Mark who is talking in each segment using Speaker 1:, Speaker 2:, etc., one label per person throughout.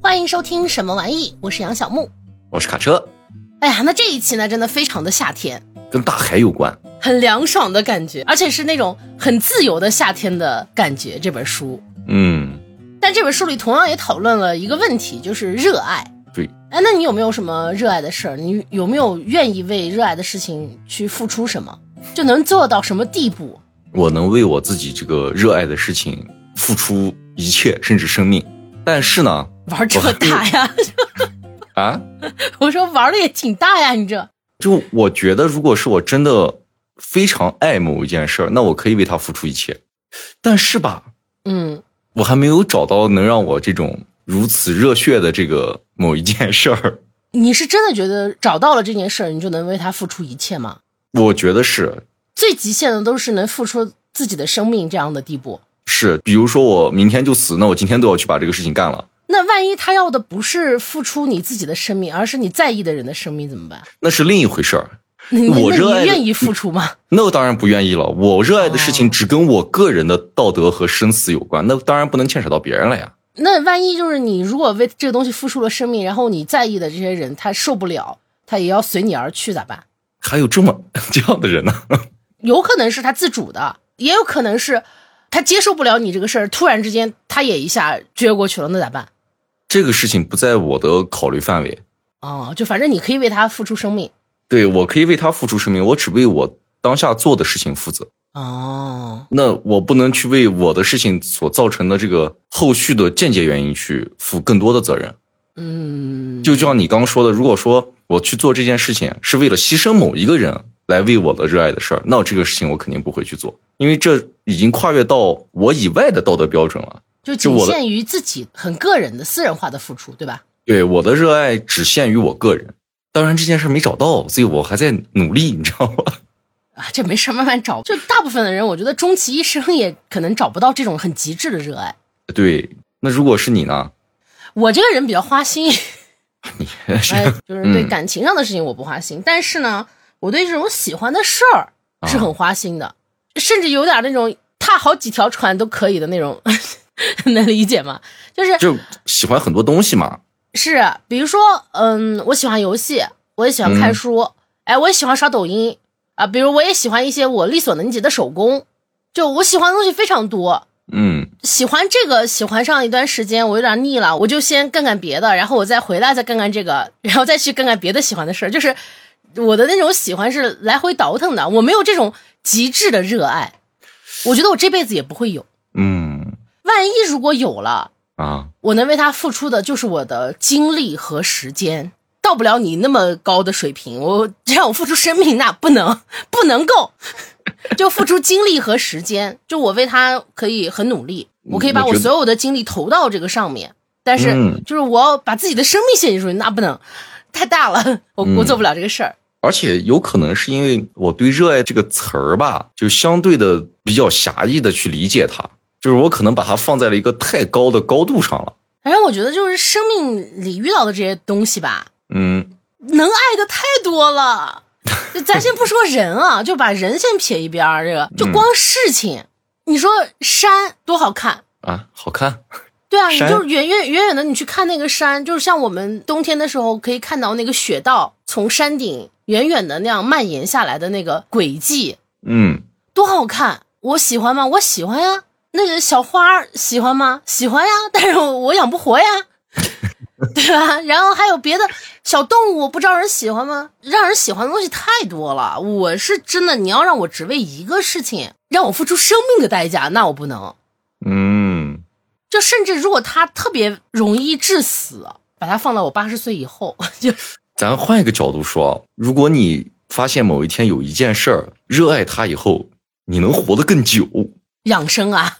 Speaker 1: 欢迎收听什么玩意？我是杨小木。
Speaker 2: 我是卡车，
Speaker 1: 哎呀，那这一期呢，真的非常的夏天，
Speaker 2: 跟大海有关。
Speaker 1: 很凉爽的感觉，而且是那种很自由的夏天的感觉。这本书，
Speaker 2: 嗯，
Speaker 1: 但这本书里同样也讨论了一个问题，就是热爱。
Speaker 2: 对，
Speaker 1: 哎，那你有没有什么热爱的事儿？你有没有愿意为热爱的事情去付出什么？就能做到什么地步？
Speaker 2: 我能为我自己这个热爱的事情付出一切，甚至生命。但是呢，
Speaker 1: 玩这么大呀？
Speaker 2: 啊，
Speaker 1: 我说玩的也挺大呀，你这
Speaker 2: 就我觉得，如果是我真的非常爱某一件事儿，那我可以为它付出一切。但是吧，
Speaker 1: 嗯，
Speaker 2: 我还没有找到能让我这种如此热血的这个某一件事儿。
Speaker 1: 你是真的觉得找到了这件事儿，你就能为他付出一切吗？
Speaker 2: 我觉得是，
Speaker 1: 最极限的都是能付出自己的生命这样的地步。
Speaker 2: 是，比如说我明天就死，那我今天都要去把这个事情干了，
Speaker 1: 那万一他要的不是付出你自己的生命，而是你在意的人的生命怎么办？
Speaker 2: 那是另一回事儿。
Speaker 1: 你
Speaker 2: 我
Speaker 1: 那
Speaker 2: 热爱
Speaker 1: 你
Speaker 2: 的
Speaker 1: 愿意付出吗？
Speaker 2: 那我当然不愿意了。我热爱的事情只跟我个人的道德和生死有关，那当然不能牵扯到别人了呀。
Speaker 1: 那万一就是你如果为这个东西付出了生命，然后你在意的这些人他受不了，他也要随你而去咋办？
Speaker 2: 还有这么 这样的人呢？
Speaker 1: 有可能是他自主的，也有可能是他接受不了你这个事儿，突然之间他也一下撅过去了，那咋办？
Speaker 2: 这个事情不在我的考虑范围。
Speaker 1: 哦，就反正你可以为他付出生命。
Speaker 2: 对我可以为他付出生命，我只为我当下做的事情负责。
Speaker 1: 哦，
Speaker 2: 那我不能去为我的事情所造成的这个后续的间接原因去负更多的责任。
Speaker 1: 嗯，
Speaker 2: 就像你刚说的，如果说我去做这件事情是为了牺牲某一个人来为我的热爱的事儿，那我这个事情我肯定不会去做，因为这已经跨越到我以外的道德标准了。
Speaker 1: 就
Speaker 2: 就
Speaker 1: 仅
Speaker 2: 我的
Speaker 1: 限于自己很个人的私人化的付出，对吧？
Speaker 2: 对我的热爱只限于我个人，当然这件事没找到，所以我还在努力，你知道吗？
Speaker 1: 啊，这没事儿，慢慢找。就大部分的人，我觉得终其一生也可能找不到这种很极致的热爱。
Speaker 2: 对，那如果是你呢？
Speaker 1: 我这个人比较花心，
Speaker 2: 你
Speaker 1: 哎
Speaker 2: 是，
Speaker 1: 就是对
Speaker 2: 嗯
Speaker 1: 感情上的事情我不花心，但是呢，我对这种喜欢的事儿是很花心的，甚至有点那种踏好几条船都可以的那种， 能理解吗？就是
Speaker 2: 就喜欢很多东西嘛？
Speaker 1: 是，比如说，嗯，我喜欢游戏，我也喜欢看
Speaker 2: 嗯
Speaker 1: 书，哎，我也喜欢刷抖音啊，比如我也喜欢一些我力所能及的手工，就我喜欢的东西非常多。
Speaker 2: 嗯，
Speaker 1: 喜欢这个，喜欢上一段时间，我有点腻了，我就先干干别的，然后我再回来再干干这个，然后再去干干别的喜欢的事儿。就是我的那种喜欢是来回倒腾的，我没有这种极致的热爱，我觉得我这辈子也不会有。
Speaker 2: 嗯
Speaker 1: 万一如果有了，
Speaker 2: 啊，
Speaker 1: 我能为他付出的就是我的精力和时间，到不了你那么高的水平，我让我付出生命那不能不能够，就付出精力和时间，就我为他可以很努力，我可以把
Speaker 2: 嗯我
Speaker 1: 我
Speaker 2: 觉得
Speaker 1: 所有的精力投到这个上面，但是
Speaker 2: 嗯
Speaker 1: 就是我要把自己的生命献祭出去，那不能，太大了，我
Speaker 2: 嗯
Speaker 1: 我做不了这个事儿。
Speaker 2: 而且有可能是因为我对“热爱”这个词儿吧，就相对的比较狭义的去理解它，就是我可能把它放在了一个太高的高度上了。
Speaker 1: 反正我觉得就是生命里遇到的这些东西吧，
Speaker 2: 嗯，
Speaker 1: 能爱的太多了。就咱先不说人啊，就把人先撇一边儿，这个就光事情，你说山多好看。
Speaker 2: 啊，好看，
Speaker 1: 对啊，你
Speaker 2: 山
Speaker 1: 就是远远远远的，你去看那个山，就是像我们冬天的时候可以看到那个雪道从山顶远远的那样蔓延下来的那个轨迹，
Speaker 2: 嗯，
Speaker 1: 多好看！我喜欢吗？我喜欢呀。那个小花儿喜欢吗？喜欢呀， 但是我养不活呀， 对吧？然后还有别的小动物，不招人喜欢吗？让人喜欢的东西太多了。我是真的，你要让我只为一个事情让我付出生命的代价，那我不能。
Speaker 2: 嗯，
Speaker 1: 就甚至如果他特别容易致死，把它放到我八十岁以后， 就
Speaker 2: 咱换一个角度说，啊如果你发现某一天有一件事儿热爱它以后，你能活得更久，
Speaker 1: 养生啊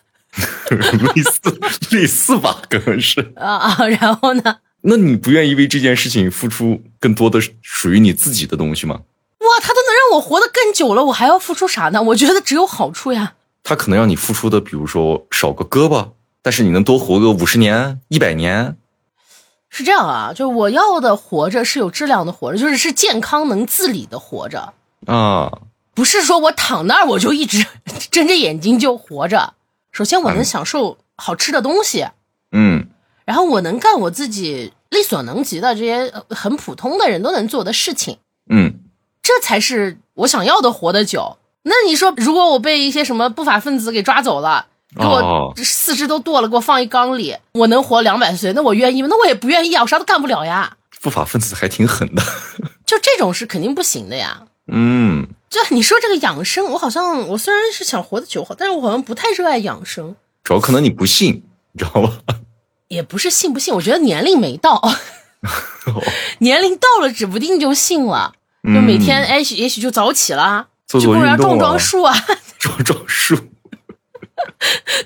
Speaker 2: 类似类似吧，可能是。
Speaker 1: 啊啊！然后呢，
Speaker 2: 那你不愿意为这件事情付出更多的属于你自己的东西吗？
Speaker 1: 哇，他都能让我活得更久了，我还要付出啥呢？我觉得只有好处呀。
Speaker 2: 它可能让你付出的，比如说少个胳膊，但是你能多活个五十年、一百年。
Speaker 1: 是这样啊，就是我要的活着是有质量的活着，就是是健康能自理的活着，
Speaker 2: 啊，
Speaker 1: 不是说我躺那儿我就一直睁着眼睛就活着，首先我能享受好吃的东西，
Speaker 2: 嗯
Speaker 1: 然后我能干我自己力所能及的这些呃很普通的人都能做的事情，
Speaker 2: 嗯
Speaker 1: 这才是我想要的活得久。那你说，如果我被一些什么不法分子给抓走了，给我
Speaker 2: 哦
Speaker 1: 四肢都剁了，给我放一缸里，我能活两百岁，那我愿意吗？那我也不愿意啊，我啥都干不了呀。
Speaker 2: 不法分子还挺狠的。
Speaker 1: 就这种是肯定不行的呀。
Speaker 2: 嗯，
Speaker 1: 就你说这个养生，我好像我虽然是想活得久，但是我好像不太热爱养生，
Speaker 2: 主要可能你不信，你知道吧？
Speaker 1: 也不是信不信，我觉得年龄没到，年龄到了指不定就信了。就每天，
Speaker 2: 嗯
Speaker 1: 哎，许也许就早起啦，
Speaker 2: 做
Speaker 1: 去
Speaker 2: 做
Speaker 1: 公
Speaker 2: 运
Speaker 1: 园
Speaker 2: 动
Speaker 1: 种
Speaker 2: 啊
Speaker 1: 种，树啊，
Speaker 2: 种种树。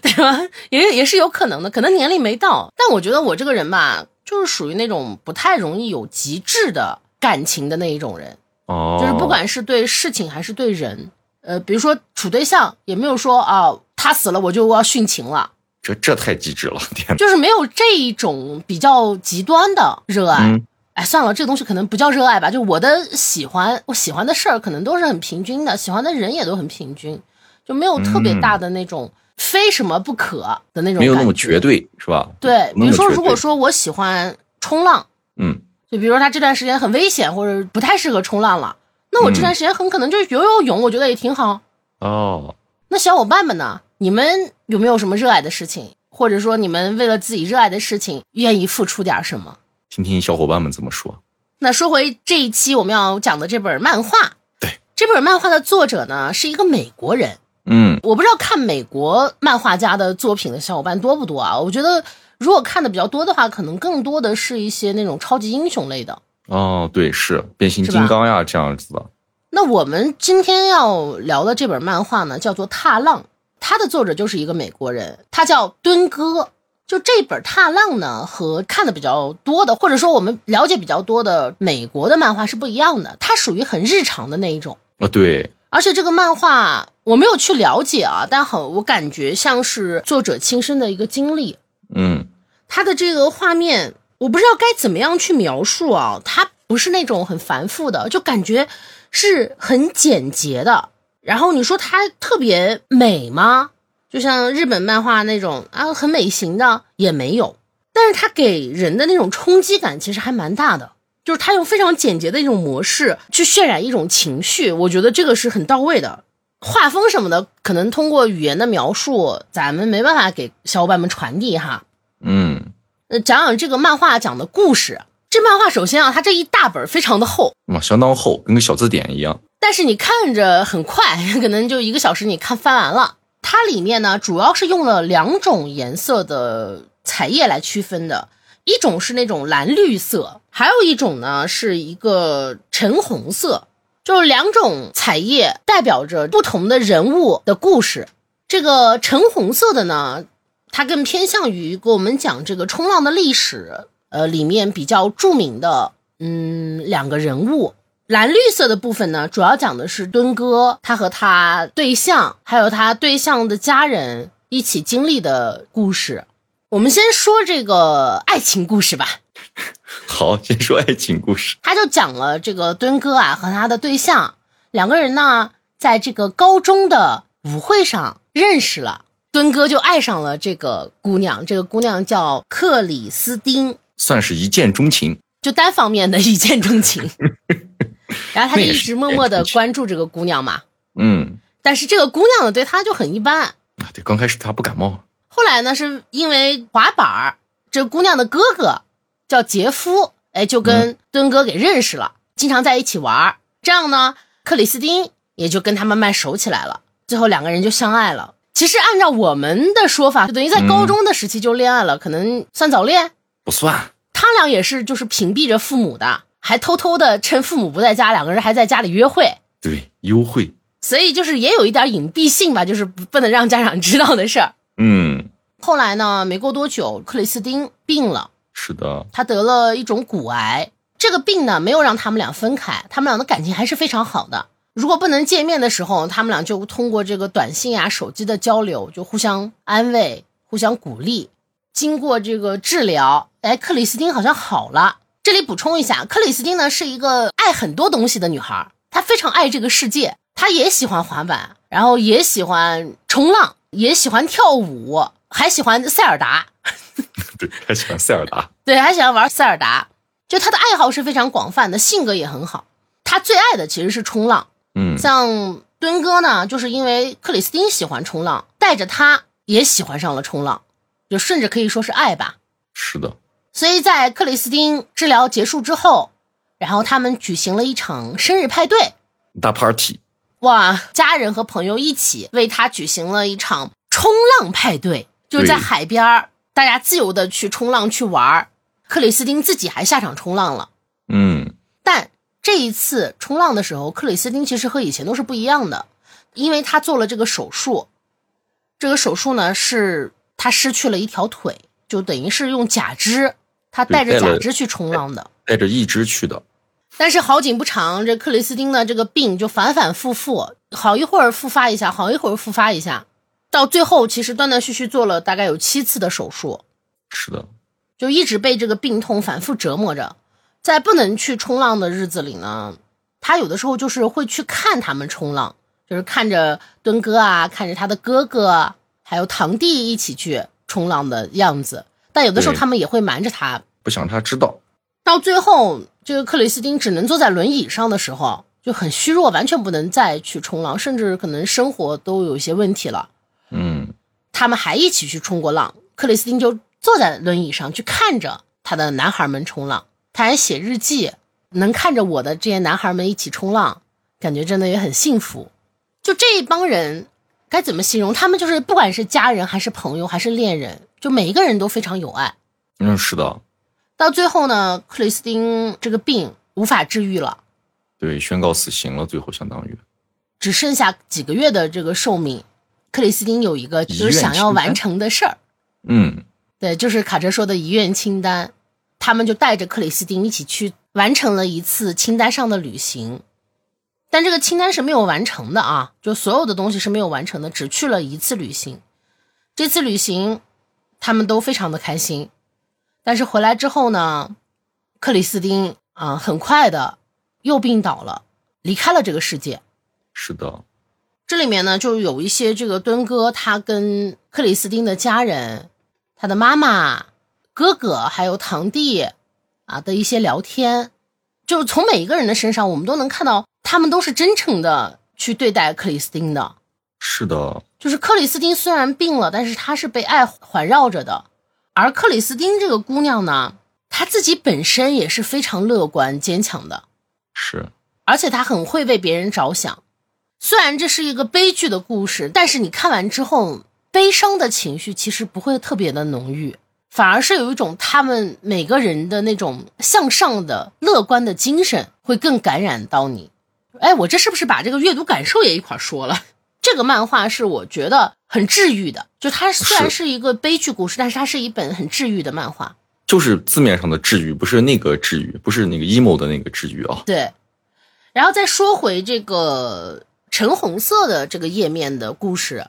Speaker 1: 对吧？也也是有可能的，可能年龄没到，但我觉得我这个人吧，就是属于那种不太容易有极致的感情的那一种人，
Speaker 2: 哦，
Speaker 1: 就是不管是对事情还是对人，呃，比如说处对象，也没有说啊，他死了我就要殉情了，
Speaker 2: 这这太机智了，天哪！
Speaker 1: 就是没有这一种比较极端的热爱。
Speaker 2: 嗯
Speaker 1: 哎，算了，这东西可能不叫热爱吧。就我的喜欢，我喜欢的事儿可能都是很平均的，喜欢的人也都很平均，就没有特别
Speaker 2: 嗯
Speaker 1: 大的那种非什么不可的那种感觉。
Speaker 2: 没有那么绝对，是吧？
Speaker 1: 对，比
Speaker 2: 没有那么
Speaker 1: 如说，
Speaker 2: 绝
Speaker 1: 如果
Speaker 2: 对
Speaker 1: 说我喜欢冲浪，
Speaker 2: 嗯
Speaker 1: 就比如说他这段时间很危险或者不太适合冲浪了，那我这
Speaker 2: 嗯
Speaker 1: 段时间很可能就是游游泳，我觉得也挺好。
Speaker 2: 哦，
Speaker 1: 那小伙伴们呢？你们有没有什么热爱的事情，或者说你们为了自己热爱的事情愿意付出点什么？
Speaker 2: 听听小伙伴们怎么说。
Speaker 1: 那说回这一期我们要讲的这本漫画，
Speaker 2: 对，
Speaker 1: 这本漫画的作者呢是一个美国人，
Speaker 2: 嗯
Speaker 1: 我不知道看美国漫画家的作品的小伙伴多不多啊？我觉得如果看的比较多的话，可能更多的是一些那种超级英雄类的。
Speaker 2: 哦，对，是变形
Speaker 1: 是
Speaker 2: 金
Speaker 1: 吧
Speaker 2: 刚呀，这样子的。
Speaker 1: 那我们今天要聊的这本漫画呢，叫做《踏浪》，它的作者就是一个美国人，他叫敦哥。就这本《踏浪》呢，和看的比较多的，或者说我们了解比较多的美国的漫画是不一样的，它属于很日常的那一种。
Speaker 2: 啊，对，
Speaker 1: 而且这个漫画我没有去了解啊，但好，我感觉像是作者亲身的一个经历。
Speaker 2: 嗯
Speaker 1: 它的这个画面，我不知道该怎么样去描述啊，它不是那种很繁复的，就感觉是很简洁的。然后你说它特别美吗？就像日本漫画那种啊，很美型的也没有，但是它给人的那种冲击感其实还蛮大的。就是它用非常简洁的一种模式去渲染一种情绪，我觉得这个是很到位的。画风什么的，可能通过语言的描述，咱们没办法给小伙伴们传递哈。
Speaker 2: 嗯，
Speaker 1: 呃，讲讲这个漫画讲的故事。这漫画首先啊，它这一大本儿非常的厚，
Speaker 2: 哇，相当厚，跟个小字典一样。
Speaker 1: 但是你看着很快， 可能就一个小时你看翻完了。它里面呢，主要是用了两种颜色的彩页来区分的，一种是那种蓝绿色，还有一种呢是一个橙红色，就是两种彩页代表着不同的人物的故事。这个橙红色的呢，它更偏向于给我们讲这个冲浪的历史，呃，里面比较著名的嗯两个人物。蓝绿色的部分呢，主要讲的是敦哥他和他对象，还有他对象的家人一起经历的故事。我们先说这个爱情故事吧，
Speaker 2: 好，先说爱情故事。
Speaker 1: 他就讲了这个敦哥啊和他的对象两个人呢，在这个高中的舞会上认识了，敦哥就爱上了这个姑娘，这个姑娘叫克里斯汀，
Speaker 2: 算是一见钟情。
Speaker 1: 就单方面的一见钟情。然后他就一直默默
Speaker 2: 那也是一见
Speaker 1: 的
Speaker 2: 钟情
Speaker 1: 关注这个姑娘嘛，
Speaker 2: 嗯，
Speaker 1: 但是这个姑娘呢对他就很一般。
Speaker 2: 啊，对，刚开始他不感冒。
Speaker 1: 后来呢，是因为滑板儿，这姑娘的哥哥叫杰夫，哎，就跟敦哥给认识了，经常在一起玩儿。这样呢，克里斯汀也就跟他慢慢熟起来了，最后两个人就相爱了。其实按照我们的说法，就等于在高中的时期就恋爱了，可能算早恋。
Speaker 2: 不算，
Speaker 1: 他俩也是就是屏蔽着父母的，还偷偷的趁父母不在家，两个人还在家里约会。
Speaker 2: 对，优惠。
Speaker 1: 所以就是也有一点隐蔽性吧，就是不不能让家长知道的事儿。
Speaker 2: 嗯，
Speaker 1: 后来呢，没过多久，克里斯汀病了，
Speaker 2: 是的，
Speaker 1: 他得了一种骨癌。这个病呢，没有让他们俩分开，他们俩的感情还是非常好的。如果不能见面的时候，他们俩就通过这个短信啊、手机的交流，就互相安慰、互相鼓励。经过这个治疗，哎，克里斯汀好像好了。这里补充一下，克里斯汀呢是一个爱很多东西的女孩，她非常爱这个世界，她也喜欢滑板，然后也喜欢冲浪，也喜欢跳舞，还喜欢塞尔达，
Speaker 2: 对，还喜欢塞尔达，
Speaker 1: 对，还喜欢玩塞尔达。就他的爱好是非常广泛的，性格也很好。他最爱的其实是冲浪，
Speaker 2: 嗯，
Speaker 1: 像敦哥呢，就是因为克里斯汀喜欢冲浪，带着他也喜欢上了冲浪，就甚至可以说是爱吧。
Speaker 2: 是的，
Speaker 1: 所以在克里斯汀治疗结束之后，然后他们举行了一场生日派对，
Speaker 2: 大 party，
Speaker 1: 哇，家人和朋友一起为他举行了一场冲浪派对，就是在
Speaker 2: 对
Speaker 1: 海边儿，大家自由的去冲浪去玩儿。克里斯汀自己还下场冲浪了，
Speaker 2: 嗯，
Speaker 1: 但这一次冲浪的时候，克里斯汀其实和以前都是不一样的，因为他做了这个手术，这个手术呢是他失去了一条腿，就等于是用假肢，他带着
Speaker 2: 对带了
Speaker 1: 假肢去冲浪的。
Speaker 2: 带着一只去的，
Speaker 1: 但是好景不长，这克里斯汀的这个病就反反复复，好一会儿复发一下，好一会儿复发一下，到最后其实断断续续做了大概有七次的手术，
Speaker 2: 是的，
Speaker 1: 就一直被这个病痛反复折磨着。在不能去冲浪的日子里呢，他有的时候就是会去看他们冲浪，就是看着敦哥啊，看着他的哥哥还有堂弟一起去冲浪的样子。但有的时候
Speaker 2: 对
Speaker 1: 他们也会瞒着他，
Speaker 2: 不想让他知道，
Speaker 1: 到最后，这个克里斯汀只能坐在轮椅上的时候，就很虚弱，完全不能再去冲浪，甚至可能生活都有一些问题了。
Speaker 2: 嗯，
Speaker 1: 他们还一起去冲过浪，克里斯汀就坐在轮椅上去看着他的男孩们冲浪，他还写日记，能看着我的这些男孩们一起冲浪，感觉真的也很幸福。就这一帮人该怎么形容？他们就是不管是家人还是朋友还是恋人，就每一个人都非常有爱。
Speaker 2: 嗯，是的，
Speaker 1: 到最后呢，克里斯汀这个病无法治愈了，
Speaker 2: 对，宣告死刑了，最后相当于，
Speaker 1: 只剩下几个月的这个寿命。克里斯汀有一个就是想要完成的事儿，
Speaker 2: 嗯，
Speaker 1: 对，就是卡车说的遗愿清单。他们就带着克里斯汀一起去完成了一次清单上的旅行，但这个清单是没有完成的啊，就所有的东西是没有完成的，只去了一次旅行。这次旅行，他们都非常的开心，但是回来之后呢，克里斯汀啊、很快的又病倒了，离开了这个世界。
Speaker 2: 是的，
Speaker 1: 这里面呢，就有一些这个敦哥他跟克里斯汀的家人、他的妈妈、哥哥还有堂弟啊的一些聊天，就是从每一个人的身上，我们都能看到他们都是真诚的去对待克里斯汀的。
Speaker 2: 是的，
Speaker 1: 就是克里斯汀虽然病了，但是她是被爱环绕着的，而克里斯汀这个姑娘呢，她自己本身也是非常乐观坚强的。
Speaker 2: 是，
Speaker 1: 而且他很会为别人着想。虽然这是一个悲剧的故事，但是你看完之后，悲伤的情绪其实不会特别的浓郁，反而是有一种他们每个人的那种向上的、乐观的精神会更感染到你。哎，我这是不是把这个阅读感受也一块儿说了？ 这个漫画是我觉得很治愈的，就它虽然是一个悲剧故事，但是它是一本很治愈的漫画。
Speaker 2: 就是字面上的治愈，不是那个治愈，不是那个 emo 的那个治愈啊，
Speaker 1: 对，然后再说回这个橙红色的这个页面的故事，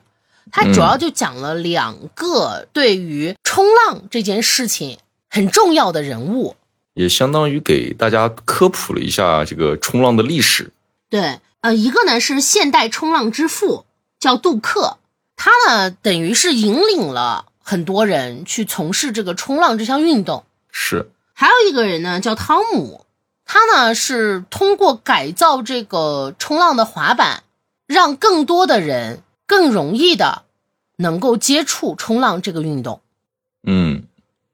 Speaker 1: 它主要就讲了两个对于冲浪这件事情很重要的人物。
Speaker 2: 也相当于给大家科普了一下这个冲浪的历史，
Speaker 1: 对，呃，一个呢是现代冲浪之父，叫杜克，他呢等于是引领了很多人去从事这个冲浪这项运动。
Speaker 2: 是，
Speaker 1: 还有一个人呢叫汤姆，他呢是通过改造这个冲浪的滑板，让更多的人更容易的能够接触冲浪这个运动。
Speaker 2: 嗯，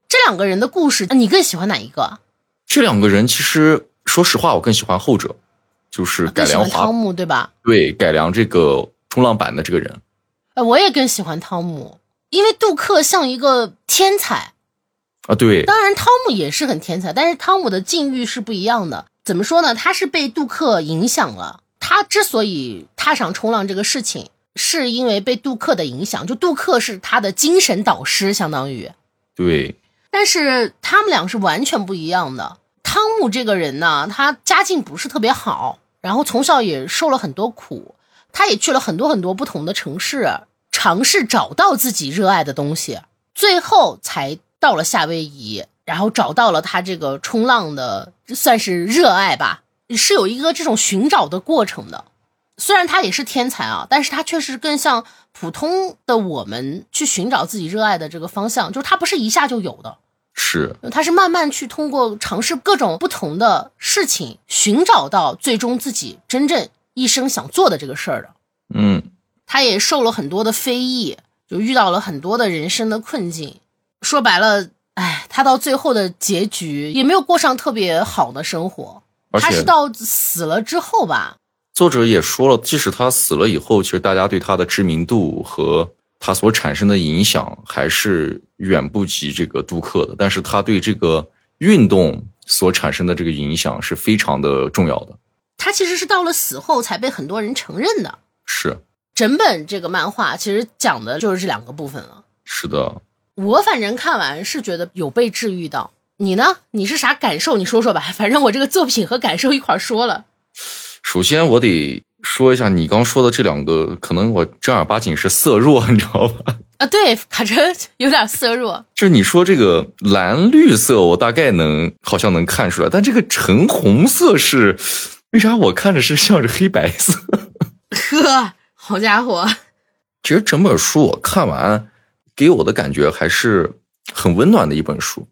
Speaker 1: 这两个人的故事，你更喜欢哪一个？
Speaker 2: 这两个人其实说实话，我更喜欢后者，就是改
Speaker 1: 啊更喜
Speaker 2: 良
Speaker 1: 欢
Speaker 2: 滑
Speaker 1: 汤姆对吧？
Speaker 2: 对改良这个冲浪板的这个人，
Speaker 1: 呃，我也更喜欢汤姆，因为杜克像一个天才，
Speaker 2: 啊，对，
Speaker 1: 当然汤姆也是很天才，但是汤姆的境遇是不一样的。怎么说呢？他是被杜克影响了。他之所以踏上冲浪这个事情，是因为被杜克的影响，就杜克是他的精神导师，相当于。
Speaker 2: 对，
Speaker 1: 但是他们俩是完全不一样的。汤姆这个人呢，他家境不是特别好，然后从小也受了很多苦，他也去了很多很多不同的城市，尝试找到自己热爱的东西，最后才到了夏威夷，然后找到了他这个冲浪的，算是热爱吧，是有一个这种寻找的过程的。虽然他也是天才啊，但是他确实更像普通的我们去寻找自己热爱的这个方向，就是他不是一下就有的，
Speaker 2: 是
Speaker 1: 他是慢慢去通过尝试各种不同的事情，寻找到最终自己真正一生想做的这个事儿的。
Speaker 2: 嗯
Speaker 1: 他也受了很多的非议，就遇到了很多的人生的困境。说白了，哎，他到最后的结局也没有过上特别好的生活。
Speaker 2: 而
Speaker 1: 他
Speaker 2: 且
Speaker 1: 是到死了之后吧，
Speaker 2: 作者也说了，即使他死了以后，其实大家对他的知名度和他所产生的影响还是远不及这个杜克的，但是他对这个运动所产生的这个影响是非常的重要的。
Speaker 1: 他其实是到了死后才被很多人承认的。
Speaker 2: 是
Speaker 1: 整本这个漫画其实讲的就是这两个部分啊了。
Speaker 2: 是的，
Speaker 1: 我反正看完是觉得有被治愈到。你呢？你是啥感受？你说说吧。反正我这个作品和感受一块儿说了。
Speaker 2: 首先我得说一下你刚说的这两个，可能我正儿八经是色弱， 你知道吧？
Speaker 1: 啊，对，反正有点色弱。
Speaker 2: 就是你说这个蓝绿色，我大概能好像能看出来，但这个橙红色是为啥？我看着是像是黑白色。
Speaker 1: 呵，好家伙，
Speaker 2: 其实整本书我看完，给我的感觉还是很温暖的一本书。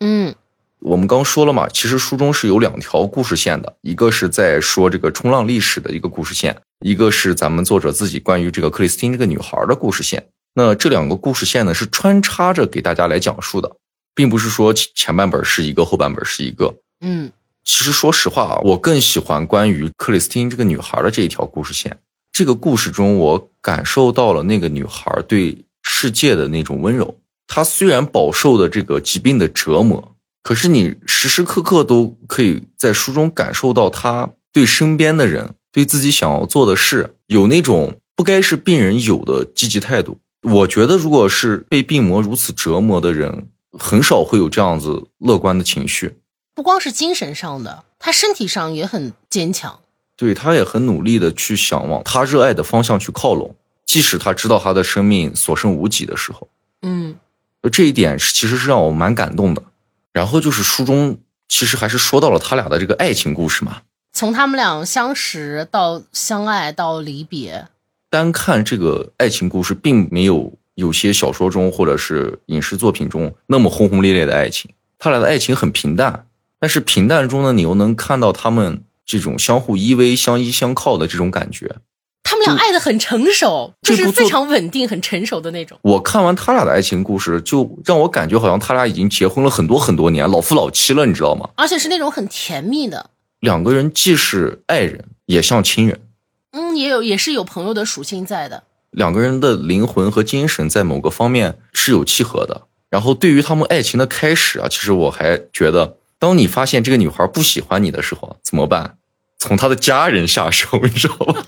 Speaker 1: 嗯
Speaker 2: 我们刚说了嘛，其实书中是有两条故事线的，一个是在说这个冲浪历史的一个故事线，一个是咱们作者自己关于这个克里斯汀这个女孩的故事线。那这两个故事线呢是穿插着给大家来讲述的，并不是说前前半本是一个，后半本是一个。
Speaker 1: 嗯
Speaker 2: 其实说实话啊，我更喜欢关于克里斯汀这个女孩的这一条故事线。这个故事中，我感受到了那个女孩对世界的那种温柔。她虽然饱受的这个疾病的折磨，可是你时时刻刻都可以在书中感受到她对身边的人、对自己想要做的事，有那种不该是病人有的积极态度。我觉得，如果是被病魔如此折磨的人，很少会有这样子乐观的情绪。
Speaker 1: 不光是精神上的，他身体上也很坚强。
Speaker 2: 对他也很努力的去想往他热爱的方向去靠拢，即使他知道他的生命所剩无几的时候，
Speaker 1: 嗯
Speaker 2: 呃这一点是其实是让我蛮感动的。然后就是书中其实还是说到了他俩的这个爱情故事嘛。
Speaker 1: 从他们俩相识到相爱到离别，
Speaker 2: 单看这个爱情故事，并没有有些小说中或者是影视作品中那么轰轰烈烈的爱情，他俩的爱情很平淡，但是平淡中呢，你又能看到他们这种相互依偎、相依相靠的这种感觉。
Speaker 1: 他们俩爱的很成熟，
Speaker 2: 这
Speaker 1: 就
Speaker 2: 部
Speaker 1: 是非
Speaker 2: 作
Speaker 1: 常稳定、很成熟的那种。
Speaker 2: 我看完他俩的爱情故事，就让我感觉好像他俩已经结婚了很多很多年，老夫老妻了，你知道吗？
Speaker 1: 而且是那种很甜蜜的。
Speaker 2: 两个人既是爱人，也像亲人，
Speaker 1: 嗯，也有也是有朋友的属性在的。
Speaker 2: 两个人的灵魂和精神在某个方面是有契合的。然后对于他们爱情的开始啊，其实我还觉得，当你发现这个女孩不喜欢你的时候，怎么办？从她的家人下手，你知道吧？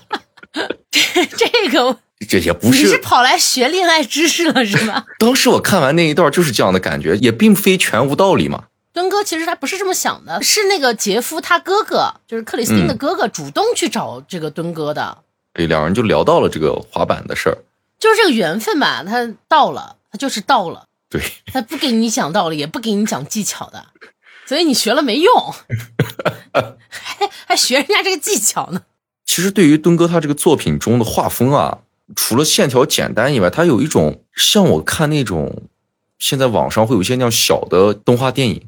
Speaker 1: 这个
Speaker 2: 这也不
Speaker 1: 你是跑来学恋爱知识了是 吗？
Speaker 2: 当时我看完那一段就是这样的感觉，也并非全无道理嘛。
Speaker 1: 敦哥其实他不是这么想
Speaker 2: 嗯
Speaker 1: 的，是那个杰夫他哥哥，就是克里斯汀的哥哥，主动去找这个敦哥的，
Speaker 2: 对，两人就聊到了这个滑板的事儿。
Speaker 1: 就是这个缘分吧，他到了，他就是到了。
Speaker 2: 对，
Speaker 1: 他不给你讲道理，也不给你讲技巧的，所以你学了没用， 还还学人家这个技巧呢。
Speaker 2: 其实对于敦哥他这个作品中的画风啊，除了线条简单以外，他有一种像我看那种现在网上会有一些那样小的动画电影，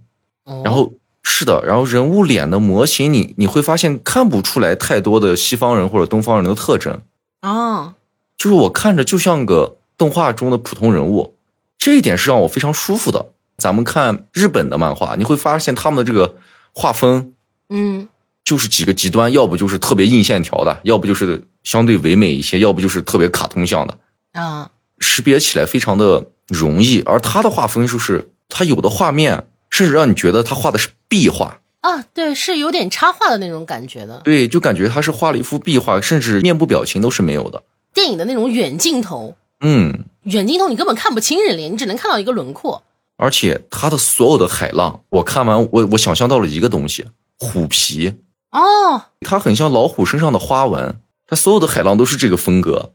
Speaker 1: 哦
Speaker 2: 然后是的，然后人物脸的模型你你会发现看不出来太多的西方人或者东方人的特征，
Speaker 1: 啊、哦
Speaker 2: 就是我看着就像个动画中的普通人物，这一点是让我非常舒服的。咱们看日本的漫画，你会发现他们的这个画风
Speaker 1: 嗯，
Speaker 2: 就是几个极端，要不就是特别硬线条的，要不就是相对唯美一些，要不就是特别卡通像的，
Speaker 1: 啊，
Speaker 2: 识别起来非常的容易。而他的画风就是，他有的画面甚至让你觉得他画的是壁画，
Speaker 1: 啊，对，是有点插画的那种感觉的，
Speaker 2: 对，就感觉他是画了一幅壁画，甚至面部表情都是没有的。
Speaker 1: 电影的那种远镜头，
Speaker 2: 嗯，
Speaker 1: 远镜头你根本看不清人脸，你只能看到一个轮廓。
Speaker 2: 而且他的所有的海浪，我看完我我想象到了一个东西，虎皮，
Speaker 1: 哦，
Speaker 2: 它很像老虎身上的花纹，它所有的海浪都是这个风格，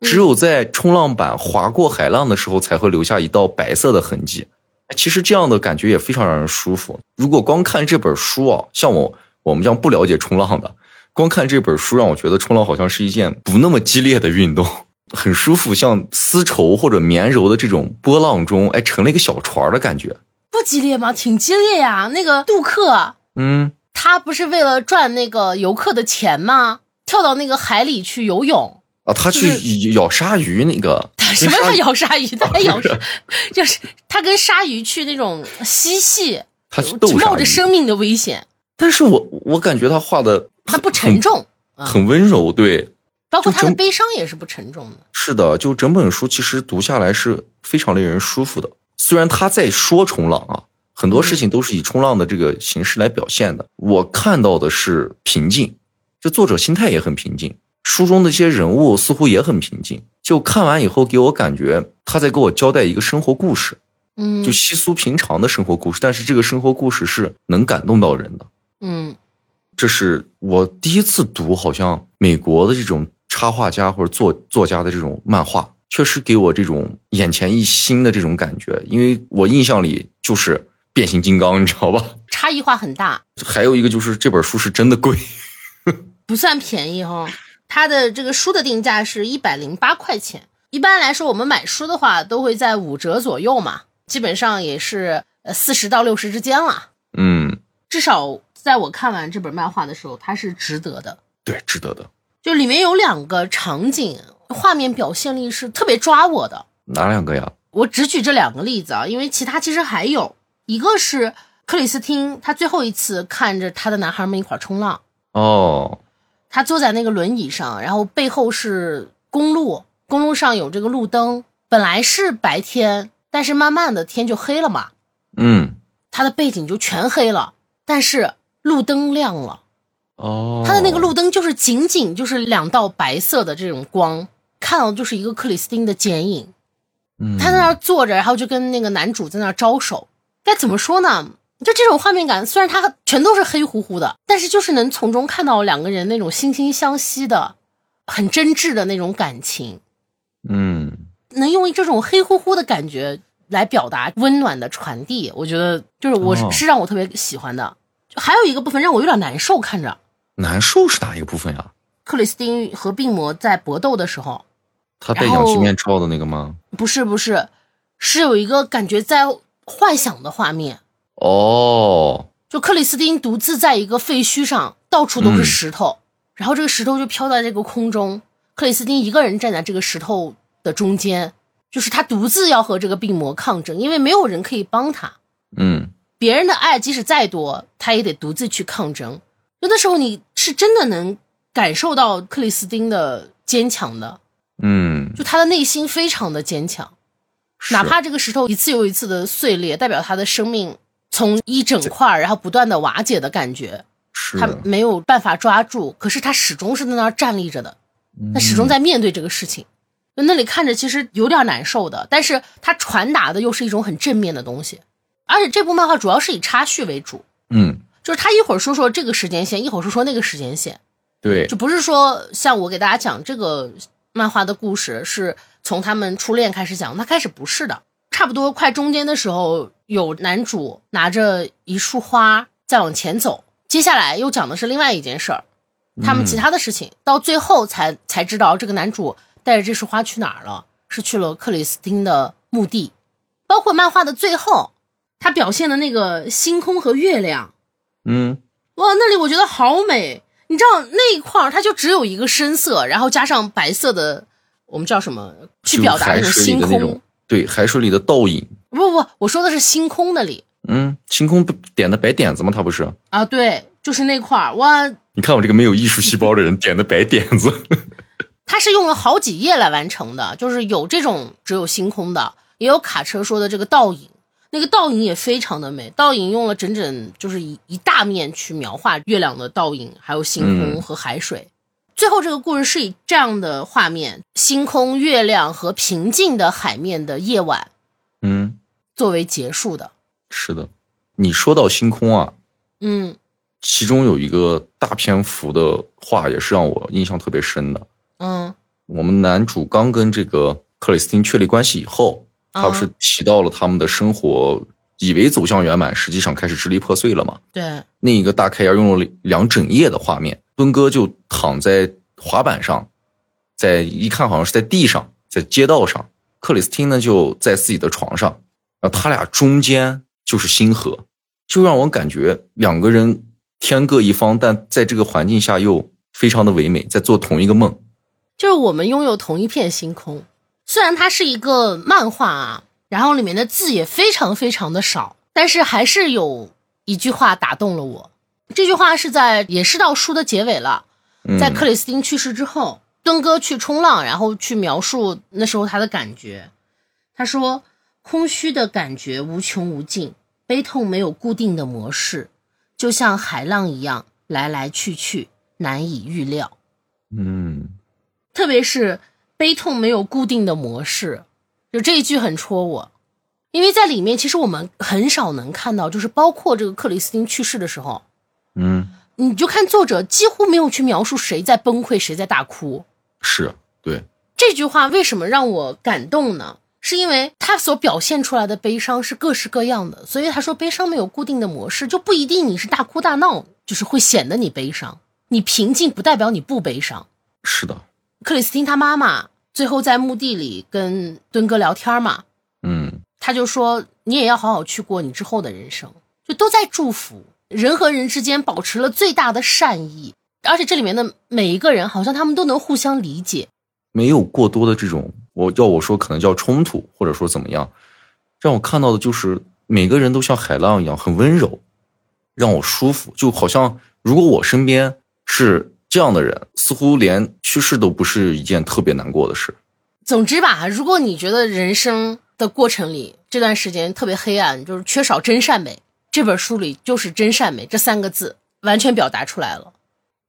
Speaker 1: 嗯
Speaker 2: 只有在冲浪板划过海浪的时候才会留下一道白色的痕迹。哎其实这样的感觉也非常让人舒服。如果光看这本书啊，像我我们这样不了解冲浪的，光看这本书让我觉得冲浪好像是一件不那么激烈的运动， 很舒服，像丝绸或者绵柔的这种波浪中，哎，成了一个小船的感觉。
Speaker 1: 不激烈吗？挺激烈呀！那个杜克
Speaker 2: 嗯，
Speaker 1: 他不是为了赚那个游客的钱吗？跳到那个海里去游 泳，
Speaker 2: 啊，他去
Speaker 1: 就是
Speaker 2: 咬咬鲨鱼那个，
Speaker 1: 他 什么
Speaker 2: 跟鲨
Speaker 1: 叫
Speaker 2: 鱼
Speaker 1: 咬鲨鱼？他还咬
Speaker 2: 不
Speaker 1: 鲨
Speaker 2: 是，
Speaker 1: 就是他跟鲨鱼去那种嬉戏，
Speaker 2: 他去啊斗
Speaker 1: 冒
Speaker 2: 鲨
Speaker 1: 着
Speaker 2: 鱼。
Speaker 1: 生命的危险，
Speaker 2: 但是我我感觉他画的
Speaker 1: 他不沉重，啊
Speaker 2: 很温柔，对，
Speaker 1: 包括他的
Speaker 2: 嗯就整
Speaker 1: 悲伤也是不沉重的。
Speaker 2: 是的，就整本书其实读下来是非常令人舒服的。虽然他在说冲浪啊，很
Speaker 1: 嗯
Speaker 2: 多事情都是以冲浪的这个形式来表现的。我看到的是平静，这作者心态也很平静，书中的一些人物似乎也很平静。就看完以后，给我感觉他在给我交代一个生活故事，
Speaker 1: 嗯
Speaker 2: 就稀疏平常的生活故事，但是这个生活故事是能感动到人的。
Speaker 1: 嗯，
Speaker 2: 这是我第一次读，好像美国的这种插画家或者作作家的这种漫画，确实给我这种眼前一新的这种感觉。因为我印象里就是变形金刚，你知道吧？
Speaker 1: 差异化很大，
Speaker 2: 还有一个就是这本书是真的贵，
Speaker 1: 不算便宜哈、他的这个书的定价是一百零八块钱，一般来说我们买书的话都会在五折左右嘛，基本上也是呃四十到六十之间啦。
Speaker 2: 嗯，
Speaker 1: 至少在我看完这本漫画的时候，它是值得的。
Speaker 2: 对，值得的。
Speaker 1: 就里面有两个场景，画面表现力是特别抓我的。
Speaker 2: 哪两个呀？
Speaker 1: 我只举这两个例子啊，因为其他其实还有一个是克里斯汀，她最后一次看着她的男孩们一块儿冲浪，
Speaker 2: 哦，
Speaker 1: 她坐在那个轮椅上，然后背后是公路，公路上有这个路灯，本来是白天，但是慢慢的天就黑了嘛，
Speaker 2: 嗯，
Speaker 1: 她的背景就全黑了，但是路灯亮了。
Speaker 2: 哦，
Speaker 1: 它的那个路灯就是仅仅就是两道白色的这种光，看到就是一个克里斯汀的剪影。
Speaker 2: 嗯，
Speaker 1: 他在那儿坐着，然后就跟那个男主在那儿招手。该怎么说呢？就这种画面感，虽然它全都是黑乎乎的，但是就是能从中看到两个人那种惺惺相惜的、很真挚的那种感情，
Speaker 2: 嗯，
Speaker 1: 能用这种黑乎乎的感觉来表达温暖的传递。我觉得就是我是、
Speaker 2: 哦
Speaker 1: 是让我特别喜欢的。就还有一个部分让我有点难受，看着
Speaker 2: 难受是哪一个部分呀？
Speaker 1: 克里斯汀和病魔在搏斗的时候，
Speaker 2: 他戴
Speaker 1: 然
Speaker 2: 氧
Speaker 1: 后
Speaker 2: 气面罩的那个吗？
Speaker 1: 不是不是，是有一个感觉在幻想的画面，
Speaker 2: 哦，
Speaker 1: 就克里斯汀独自在一个废墟上，到处都是
Speaker 2: 嗯
Speaker 1: 石头，然后这个石头就飘在这个空中，克里斯汀一个人站在这个石头的中间，就是他独自要和这个病魔抗争，因为没有人可以帮他，
Speaker 2: 嗯，
Speaker 1: 别人的爱即使再多，他也得独自去抗争。有的时候你是真的能感受到克里斯汀的坚强的，
Speaker 2: 嗯，
Speaker 1: 就他的内心非常的坚强。
Speaker 2: 是
Speaker 1: 哪怕这个石头一次又一次的碎裂，代表他的生命从一整块儿，然后不断的瓦解的感觉，
Speaker 2: 是
Speaker 1: 他
Speaker 2: 的，
Speaker 1: 没有办法抓住，可是他始终是在那儿站立着的，
Speaker 2: 嗯
Speaker 1: 他始终在面对这个事情。就那里看着其实有点难受的，但是他传达的又是一种很正面的东西，而且这部漫画主要是以插叙为主，
Speaker 2: 嗯，
Speaker 1: 就是他一会儿说说这个时间线，一会儿说说那个时间线，
Speaker 2: 对，
Speaker 1: 就不是说像我给大家讲这个漫画的故事是从他们初恋开始讲，那开始不是的，差不多快中间的时候，有男主拿着一束花再往前走，接下来又讲的是另外一件事儿，他们其他的事情，到最后才才知道这个男主带着这束花去哪儿了，是去了克里斯汀的墓地，包括漫画的最后，他表现的那个星空和月亮。
Speaker 2: 嗯，
Speaker 1: 哇，那里我觉得好美。你知道那一块儿，它就只有一个深色，然后加上白色的，我们叫什么？去
Speaker 2: 就
Speaker 1: 表达那
Speaker 2: 海
Speaker 1: 种
Speaker 2: 水
Speaker 1: 星
Speaker 2: 里的那
Speaker 1: 空
Speaker 2: 种。对海水里的倒影，
Speaker 1: 不不不，我说的是星空那里
Speaker 2: 嗯，星空不点的白点子吗？他不是？
Speaker 1: 啊，对，就是那块儿。哇，
Speaker 2: 你看我这个没有艺术细胞的人点的白点子，
Speaker 1: 它是用了好几页来完成的，就是有这种只有星空的，也有卡车说的这个倒影，那个倒影也非常的美。倒影用了整整就是一一大面去描画月亮的倒影，还有星空和海水。最后这个故事是以这样的画面：星空、月亮和平静的海面的夜晚
Speaker 2: 嗯，
Speaker 1: 作为结束的。
Speaker 2: 是的。你说到星空啊，
Speaker 1: 嗯，
Speaker 2: 其中有一个大篇幅的话也是让我印象特别深的。
Speaker 1: 嗯
Speaker 2: 我们男主
Speaker 1: 嗯哦
Speaker 2: 刚跟这个克里斯汀确立关系以后，他不是提到了他们的生活以为走向圆满，实际上开始支离破碎了嘛。
Speaker 1: 对，
Speaker 2: 那一个大开眼用了两整夜的画面，敦哥就躺在滑板上，在一看好像是在地上，在街道上，克里斯汀呢就在自己的床上，然后他俩中间就是星河，就让我感觉两个人天各一方，但在这个环境下又非常的唯美，在做同一个梦。
Speaker 1: 就是我们拥有同一片星空。虽然它是一个漫画啊，然后里面的字也非常非常的少，但是还是有一句话打动了我。这句话是在也是到书的结尾了，
Speaker 2: 嗯
Speaker 1: 在克里斯汀去世之后，敦哥去冲浪，然后去描述那时候他的感觉。他说：“空虚的感觉无穷无尽，悲痛没有固定的模式，就像海浪一样来来去去，难以预料。
Speaker 2: 嗯，
Speaker 1: 特别是悲痛没有固定的模式，就这一句很戳我，因为在里面其实我们很少能看到，就是包括这个克里斯汀去世的时候，
Speaker 2: 嗯，
Speaker 1: 你就看作者几乎没有去描述谁在崩溃，谁在大哭。
Speaker 2: 是对，
Speaker 1: 这句话为什么让我感动呢？是因为他所表现出来的悲伤是各式各样的，所以他说悲伤没有固定的模式，就不一定你是大哭大闹，就是会显得你悲伤。你平静不代表你不悲伤。
Speaker 2: 是的，
Speaker 1: 克里斯汀她妈妈最后在墓地里跟敦哥聊天嘛，
Speaker 2: 嗯，
Speaker 1: 他就说你也要好好去过你之后的人生，就都在祝福人和人之间保持了最大的善意，而且这里面的每一个人好像他们都能互相理解，
Speaker 2: 没有过多的这种，我要我说可能叫冲突，或者说怎么样，让我看到的就是每个人都像海浪一样很温柔，让我舒服，就好像如果我身边是这样的人，似乎连去世都不是一件特别难过的事。
Speaker 1: 总之吧，如果你觉得人生的过程里这段时间特别黑暗，就是缺少真善美，这本书里就是“真善美”这三个字完全表达出来了。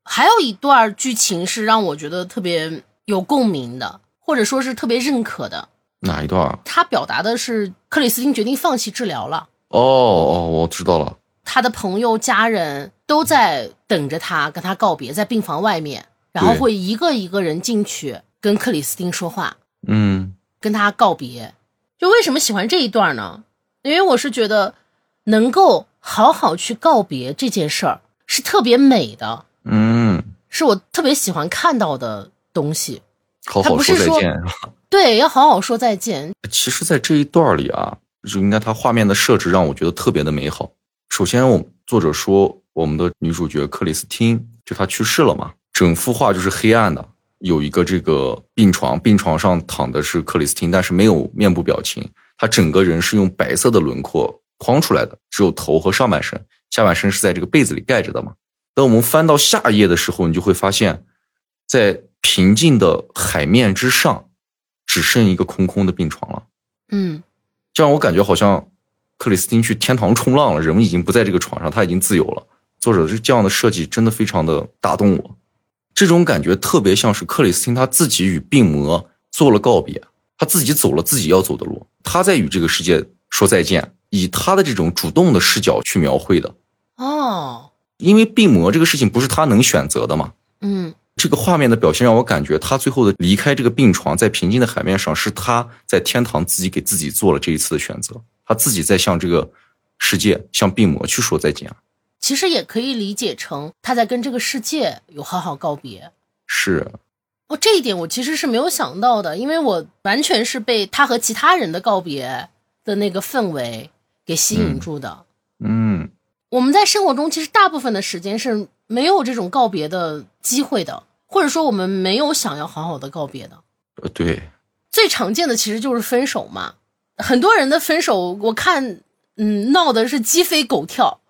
Speaker 1: 还有一段剧情是让我觉得特别有共鸣的，或者说是特别认可的。
Speaker 2: 哪一段啊？
Speaker 1: 它表达的是克里斯汀决定放弃治疗了，
Speaker 2: 哦哦，我知道了。
Speaker 1: 他的朋友、家人都在等着他，跟他告别，在病房外面，然后
Speaker 2: 对
Speaker 1: 会一个一个人进去跟克里斯汀说话。
Speaker 2: 嗯
Speaker 1: 跟他告别。就为什么喜欢这一段呢？因为我是觉得能够好好去告别这件事儿是特别美的，
Speaker 2: 嗯，
Speaker 1: 是我特别喜欢看到的东西。
Speaker 2: 好
Speaker 1: 他
Speaker 2: 好
Speaker 1: 不是
Speaker 2: 说再
Speaker 1: 说
Speaker 2: 见是吧？
Speaker 1: 对，要好好说再见。
Speaker 2: 其实，在这一段里啊，就应该它画面的设置让我觉得特别的美好。首先，我们作者说我们的女主角克里斯汀，就她去世了嘛，整幅画就是黑暗的，有一个这个病床，病床上躺的是克里斯汀，但是没有面部表情，她整个人是用白色的轮廓框出来的，只有头和上半身，下半身是在这个被子里盖着的嘛。等我们翻到下一页的时候，你就会发现，在平静的海面之上，只剩一个空空的病床了。
Speaker 1: 嗯，
Speaker 2: 这让我感觉好像克里斯汀去天堂冲浪了，人们已经不在这个床上，他已经自由了。作者是这样的设计，真的非常的打动我。这种感觉特别像是克里斯汀他自己与病魔做了告别，他自己走了自己要走的路，他在与这个世界说再见，以他的这种主动的视角去描绘的。
Speaker 1: 哦，
Speaker 2: 因为病魔这个事情不是他能选择的嘛，
Speaker 1: 嗯，
Speaker 2: 这个画面的表现让我感觉，他最后的离开这个病床，在平静的海面上，是他在天堂自己给自己做了这一次的选择，他自己在向这个世界、向病魔去说再见。啊
Speaker 1: 其实也可以理解成他在跟这个世界有好好告别。
Speaker 2: 是，
Speaker 1: 哦，这一点我其实是没有想到的，因为我完全是被他和其他人的告别的那个氛围给吸引
Speaker 2: 嗯
Speaker 1: 住的。
Speaker 2: 嗯，
Speaker 1: 我们在生活中其实大部分的时间是没有这种告别的机会的，或者说我们没有想要好好的告别的。
Speaker 2: 呃，对，
Speaker 1: 最常见的其实就是分手嘛，很多人的分手，我看，嗯，闹的是鸡飞狗跳，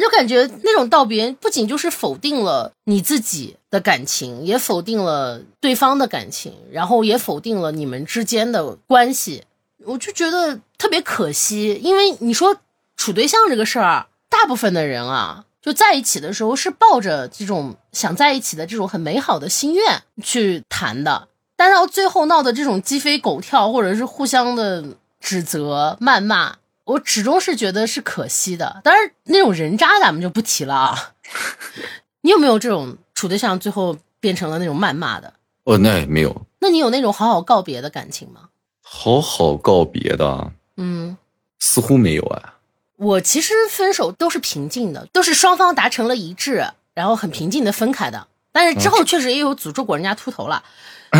Speaker 1: 就感觉那种道别不仅就是否定了你自己的感情，也否定了对方的感情，然后也否定了你们之间的关系，我就觉得特别可惜，因为你说处对象这个事儿，啊大部分的人啊，就在一起的时候是抱着这种想在一起的这种很美好的心愿去谈的，但到最后闹的这种鸡飞狗跳，或者是互相的指责、谩骂，我始终是觉得是可惜的。当然，那种人渣咱们就不提了啊。 你有没有这种处对象最后变成了那种谩骂的？
Speaker 2: 哦，那也没有
Speaker 1: 那你有那种好好告别的感情吗？
Speaker 2: 好好告别的，啊
Speaker 1: 嗯，
Speaker 2: 似似乎没有啊。
Speaker 1: 我其实分手都是平静的，都是双方达成了一致，然后很平静的分开的。但是之后确实也有诅咒过人家秃头了，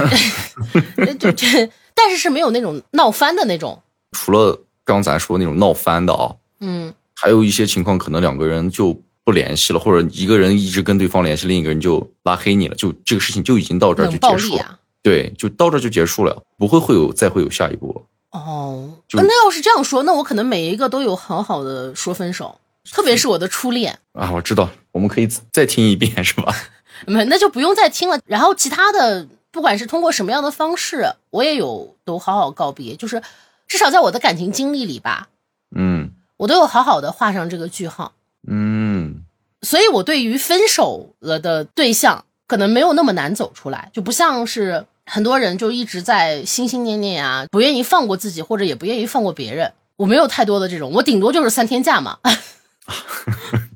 Speaker 1: 对对，但是是没有那种闹翻的那种。
Speaker 2: 除了刚才说那种闹翻的啊，
Speaker 1: 嗯，
Speaker 2: 还有一些情况，可能两个人就不联系了，或者一个人一直跟对方联系，另一个人就拉黑你了，就这个事情就已经到这儿就
Speaker 1: 冷暴
Speaker 2: 结束
Speaker 1: 力
Speaker 2: 了。
Speaker 1: 啊。
Speaker 2: 对，就到这儿就结束了，不会会有再会有下一步了。
Speaker 1: 哦，
Speaker 2: 就
Speaker 1: 那要是这样说，那我可能每一个都有很好的说分手，特别是我的初恋。
Speaker 2: 啊，我知道，我们可以再听一遍，是吧？
Speaker 1: 没，那就不用再听了。然后其他的，不管是通过什么样的方式，我也有都好好告别，就是至少在我的感情经历里吧，
Speaker 2: 嗯
Speaker 1: 我都有好好的画上这个句号。
Speaker 2: 嗯，
Speaker 1: 所以我对于分手了的对象，可能没有那么难走出来，就不像是很多人就一直在心心念念啊，不愿意放过自己，或者也不愿意放过别人。我没有太多的这种，我顶多就是三天假嘛。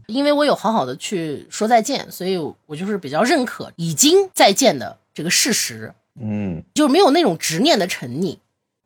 Speaker 1: 因为我有好好的去说再见，所以我就是比较认可已经再见的这个事实，
Speaker 2: 嗯，
Speaker 1: 就没有那种执念的沉溺。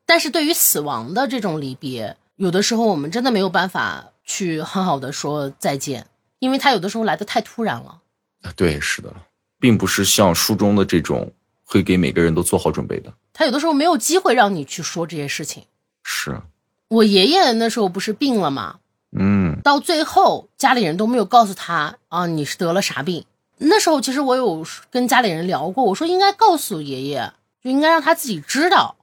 Speaker 1: 但是对于死亡的这种离别，有的时候我们真的没有办法去很好的说再见，因为它有的时候来的太突然了。
Speaker 2: 啊对，是的，并不是像书中的这种会给每个人都做好准备的。
Speaker 1: 他有的时候没有机会让你去说这些事情。
Speaker 2: 是，
Speaker 1: 我爷爷那时候不是病了吗？
Speaker 2: 嗯
Speaker 1: 到最后家里人都没有告诉他啊，你是得了啥病。那时候其实我有跟家里人聊过，我说应该告诉爷爷，就应该让他自己知道。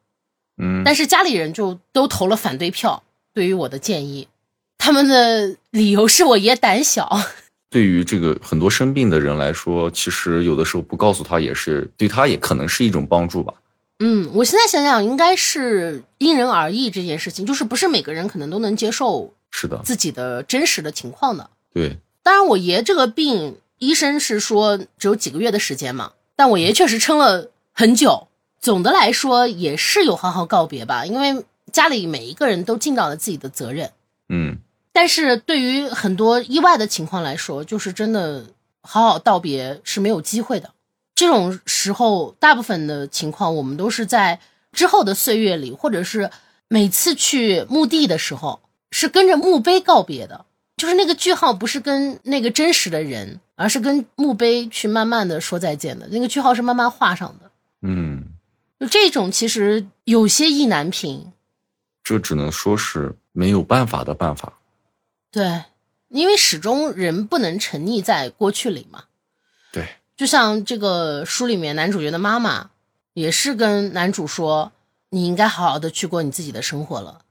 Speaker 2: 嗯，
Speaker 1: 但是家里人就都投了反对票，对于我的建议，他们的理由是我爷胆小。
Speaker 2: 对于这个很多生病的人来说，其实有的时候不告诉他也是对他也可能是一种帮助吧。
Speaker 1: 嗯，我现在想想，应该是因人而异这件事情，就是不是每个人可能都能接受
Speaker 2: 是的，
Speaker 1: 自己的真实的情况的。
Speaker 2: 对，
Speaker 1: 当然，我爷这个病，医生是说只有几个月的时间嘛，但我爷确实撑了很久。总的来说，也是有好好告别吧，因为家里每一个人都尽到了自己的责任。
Speaker 2: 嗯，
Speaker 1: 但是对于很多意外的情况来说，就是真的好好道别是没有机会的。这种时候，大部分的情况我们都是在之后的岁月里，或者是每次去墓地的时候，是跟着墓碑告别的，就是那个句号不是跟那个真实的人，而是跟墓碑去慢慢的说再见的。那个句号是慢慢画上的，
Speaker 2: 嗯。
Speaker 1: 就这种其实有些意难平。
Speaker 2: 这只能说是没有办法的办法。
Speaker 1: 对，因为始终人不能沉溺在过去里嘛。
Speaker 2: 对，
Speaker 1: 就像这个书里面男主角的妈妈，也是跟男主说：“你应该好好的去过你自己的生活了。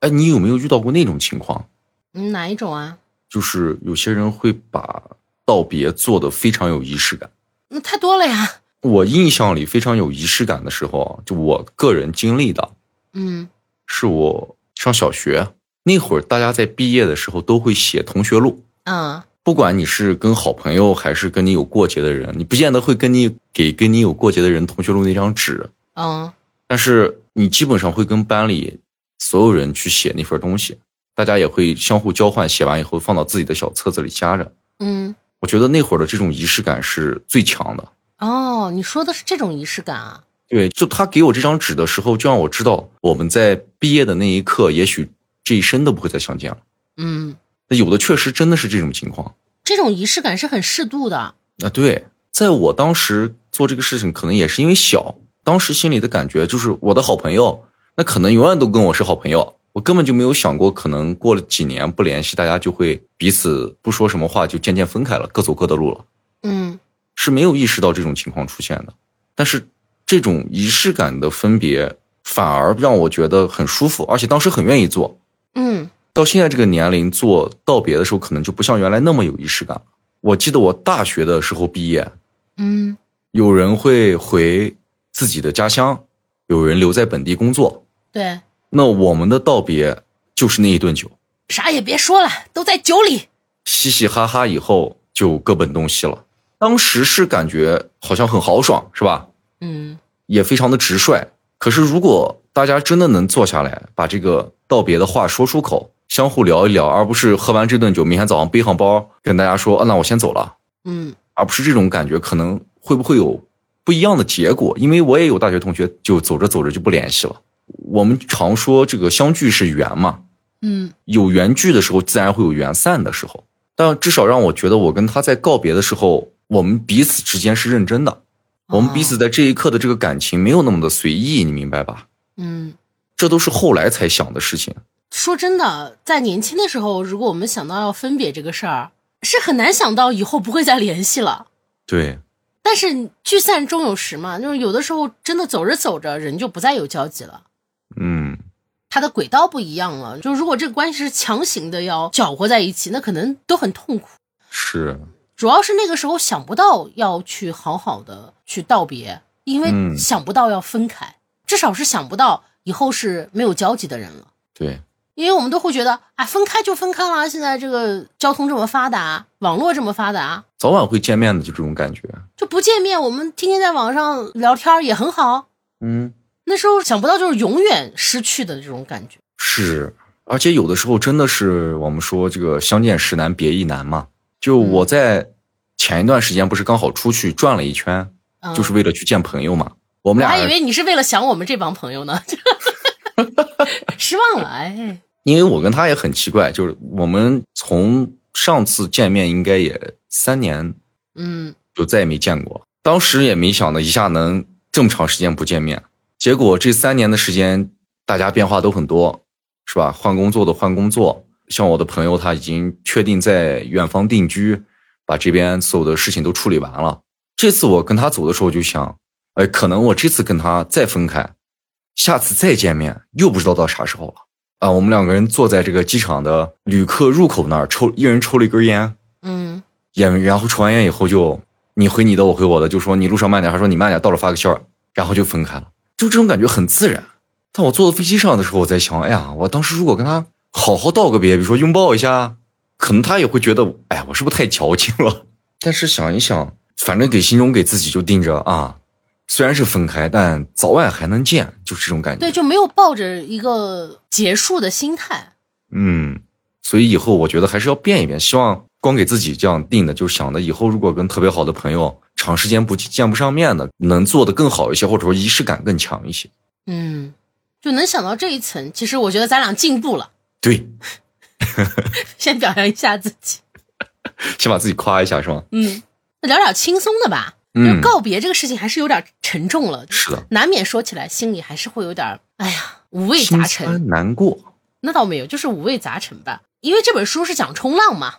Speaker 2: 哎，你有没有遇到过那种情况？”
Speaker 1: 嗯，哪一种啊？
Speaker 2: 就是有些人会把道别做得非常有仪式感。
Speaker 1: 那太多了呀。
Speaker 2: 我印象里非常有仪式感的时候啊，就我个人经历的，
Speaker 1: 嗯，
Speaker 2: 是我上小学那会儿，大家在毕业的时候都会写同学录。
Speaker 1: 啊、
Speaker 2: 不管你是跟好朋友还是跟你有过节的人，你不见得会跟你给跟你有过节的人同学录那张纸，
Speaker 1: 嗯，
Speaker 2: 但是你基本上会跟班里所有人去写那份东西，大家也会相互交换，写完以后放到自己的小册子里夹着。
Speaker 1: 嗯，
Speaker 2: 我觉得那会儿的这种仪式感是最强的。
Speaker 1: 哦，你说的是这种仪式感啊？
Speaker 2: 对，就他给我这张纸的时候，就让我知道我们在毕业的那一刻，也许这一生都不会再相见了。
Speaker 1: 嗯，
Speaker 2: 那有的确实真的是这种情况
Speaker 1: 这种仪式感是很适度的。
Speaker 2: 啊。对，在我当时做这个事情，可能也是因为小，当时心里的感觉就是我的好朋友，那可能永远都跟我是好朋友。我根本就没有想过，可能过了几年不联系，大家就会彼此不说什么话，就渐渐分开了，各走各的路了。
Speaker 1: 嗯，
Speaker 2: 是没有意识到这种情况出现的。但是这种仪式感的分别，反而让我觉得很舒服，而且当时很愿意做。
Speaker 1: 嗯，
Speaker 2: 到现在这个年龄做道别的时候，可能就不像原来那么有仪式感了。我记得我大学的时候毕业，
Speaker 1: 嗯，
Speaker 2: 有人会回自己的家乡，有人留在本地工作。
Speaker 1: 对，
Speaker 2: 那我们的道别就是那一顿酒，
Speaker 1: 啥也别说了，都在酒里。
Speaker 2: 嘻嘻哈哈以后就各奔东西了。当时是感觉好像很豪爽，是吧？
Speaker 1: 嗯，
Speaker 2: 也非常的直率。可是如果大家真的能坐下来，把这个道别的话说出口，相互聊一聊，而不是喝完这顿酒，明天早上背上包跟大家说，啊，那我先走了，
Speaker 1: 嗯，
Speaker 2: 而不是这种感觉，可能会不会有不一样的结果？因为我也有大学同学就走着走着就不联系了。我们常说这个相聚是缘嘛，
Speaker 1: 嗯
Speaker 2: 有缘聚的时候，自然会有缘散的时候。但至少让我觉得，我跟他在告别的时候，我们彼此之间是认真的，我们
Speaker 1: 哦
Speaker 2: 彼此在这一刻的这个感情没有那么的随意，你明白吧？
Speaker 1: 嗯，
Speaker 2: 这都是后来才想的事情。
Speaker 1: 说真的，在年轻的时候，如果我们想到要分别这个事儿，是很难想到以后不会再联系了。
Speaker 2: 对，
Speaker 1: 但是聚散终有时嘛，就是有的时候真的走着走着，人就不再有交集了，
Speaker 2: 嗯，
Speaker 1: 他的轨道不一样了。就如果这个关系是强行的要搅和在一起，那可能都很痛苦。
Speaker 2: 是，
Speaker 1: 主要是那个时候想不到要去好好的去道别，因为
Speaker 2: 嗯
Speaker 1: 想不到要分开，至少是想不到以后是没有交集的人了。
Speaker 2: 对，
Speaker 1: 因为我们都会觉得啊，分开就分开啦。现在这个交通这么发达，网络这么发达，
Speaker 2: 早晚会见面的，就这种感觉。
Speaker 1: 就不见面，我们天天在网上聊天也很好。
Speaker 2: 嗯，
Speaker 1: 那时候想不到就是永远失去的这种感觉。
Speaker 2: 是，而且有的时候真的是我们说这个相见时难别亦难嘛。就
Speaker 1: 嗯
Speaker 2: 我在前一段时间不是刚好出去转了一圈，
Speaker 1: 嗯、
Speaker 2: 就是为了去见朋友嘛。我们
Speaker 1: 我
Speaker 2: 俩
Speaker 1: 还以为你是为了想我们这帮朋友呢， 失望了。哎，
Speaker 2: 因为我跟他也很奇怪，就是我们从上次见面应该也三年，
Speaker 1: 嗯
Speaker 2: 就再也没见过。当时也没想到一下能这么长时间不见面，结果这三年的时间，大家变化都很多，是吧？换工作的换工作，像我的朋友他已经确定在远方定居，把这边所有的事情都处理完了。这次我跟他走的时候就想，哎，可能我这次跟他再分开，下次再见面又不知道到啥时候了。啊，我们两个人坐在这个机场的旅客入口那儿抽，一人抽了一根烟，
Speaker 1: 嗯
Speaker 2: 演，然后抽完烟以后就你回你的，我回我的，就说你路上慢点，还说你慢点，到了发个信儿，然后就分开了，就这种感觉很自然。但我坐到飞机上的时候，我在想，哎呀，我当时如果跟他好好道个别，比如说拥抱一下，可能他也会觉得，哎呀，我是不是太矫情了？ 但是想一想，反正给心中给自己就定着啊，虽然是分开，但早晚还能见，就是这种感觉。
Speaker 1: 对，就没有抱着一个结束的心态。
Speaker 2: 嗯，所以以后我觉得还是要变一变，希望光给自己这样定的，就是想着以后如果跟特别好的朋友长时间不见不上面的，能做得更好一些，或者说仪式感更强一些。
Speaker 1: 嗯，就能想到这一层，其实我觉得咱俩进步了。
Speaker 2: 对，
Speaker 1: 先表扬一下自己。
Speaker 2: 先把自己夸一下，是吧？
Speaker 1: 嗯，那聊点轻松的吧。就
Speaker 2: 嗯，
Speaker 1: 告别这个事情还是有点沉重了，
Speaker 2: 是的，
Speaker 1: 难免说起来心里还是会有点，哎呀，五味
Speaker 2: 心
Speaker 1: 杂陈。
Speaker 2: 酸难过。
Speaker 1: 那倒没有，就是五味杂陈吧。因为这本书是讲冲浪嘛，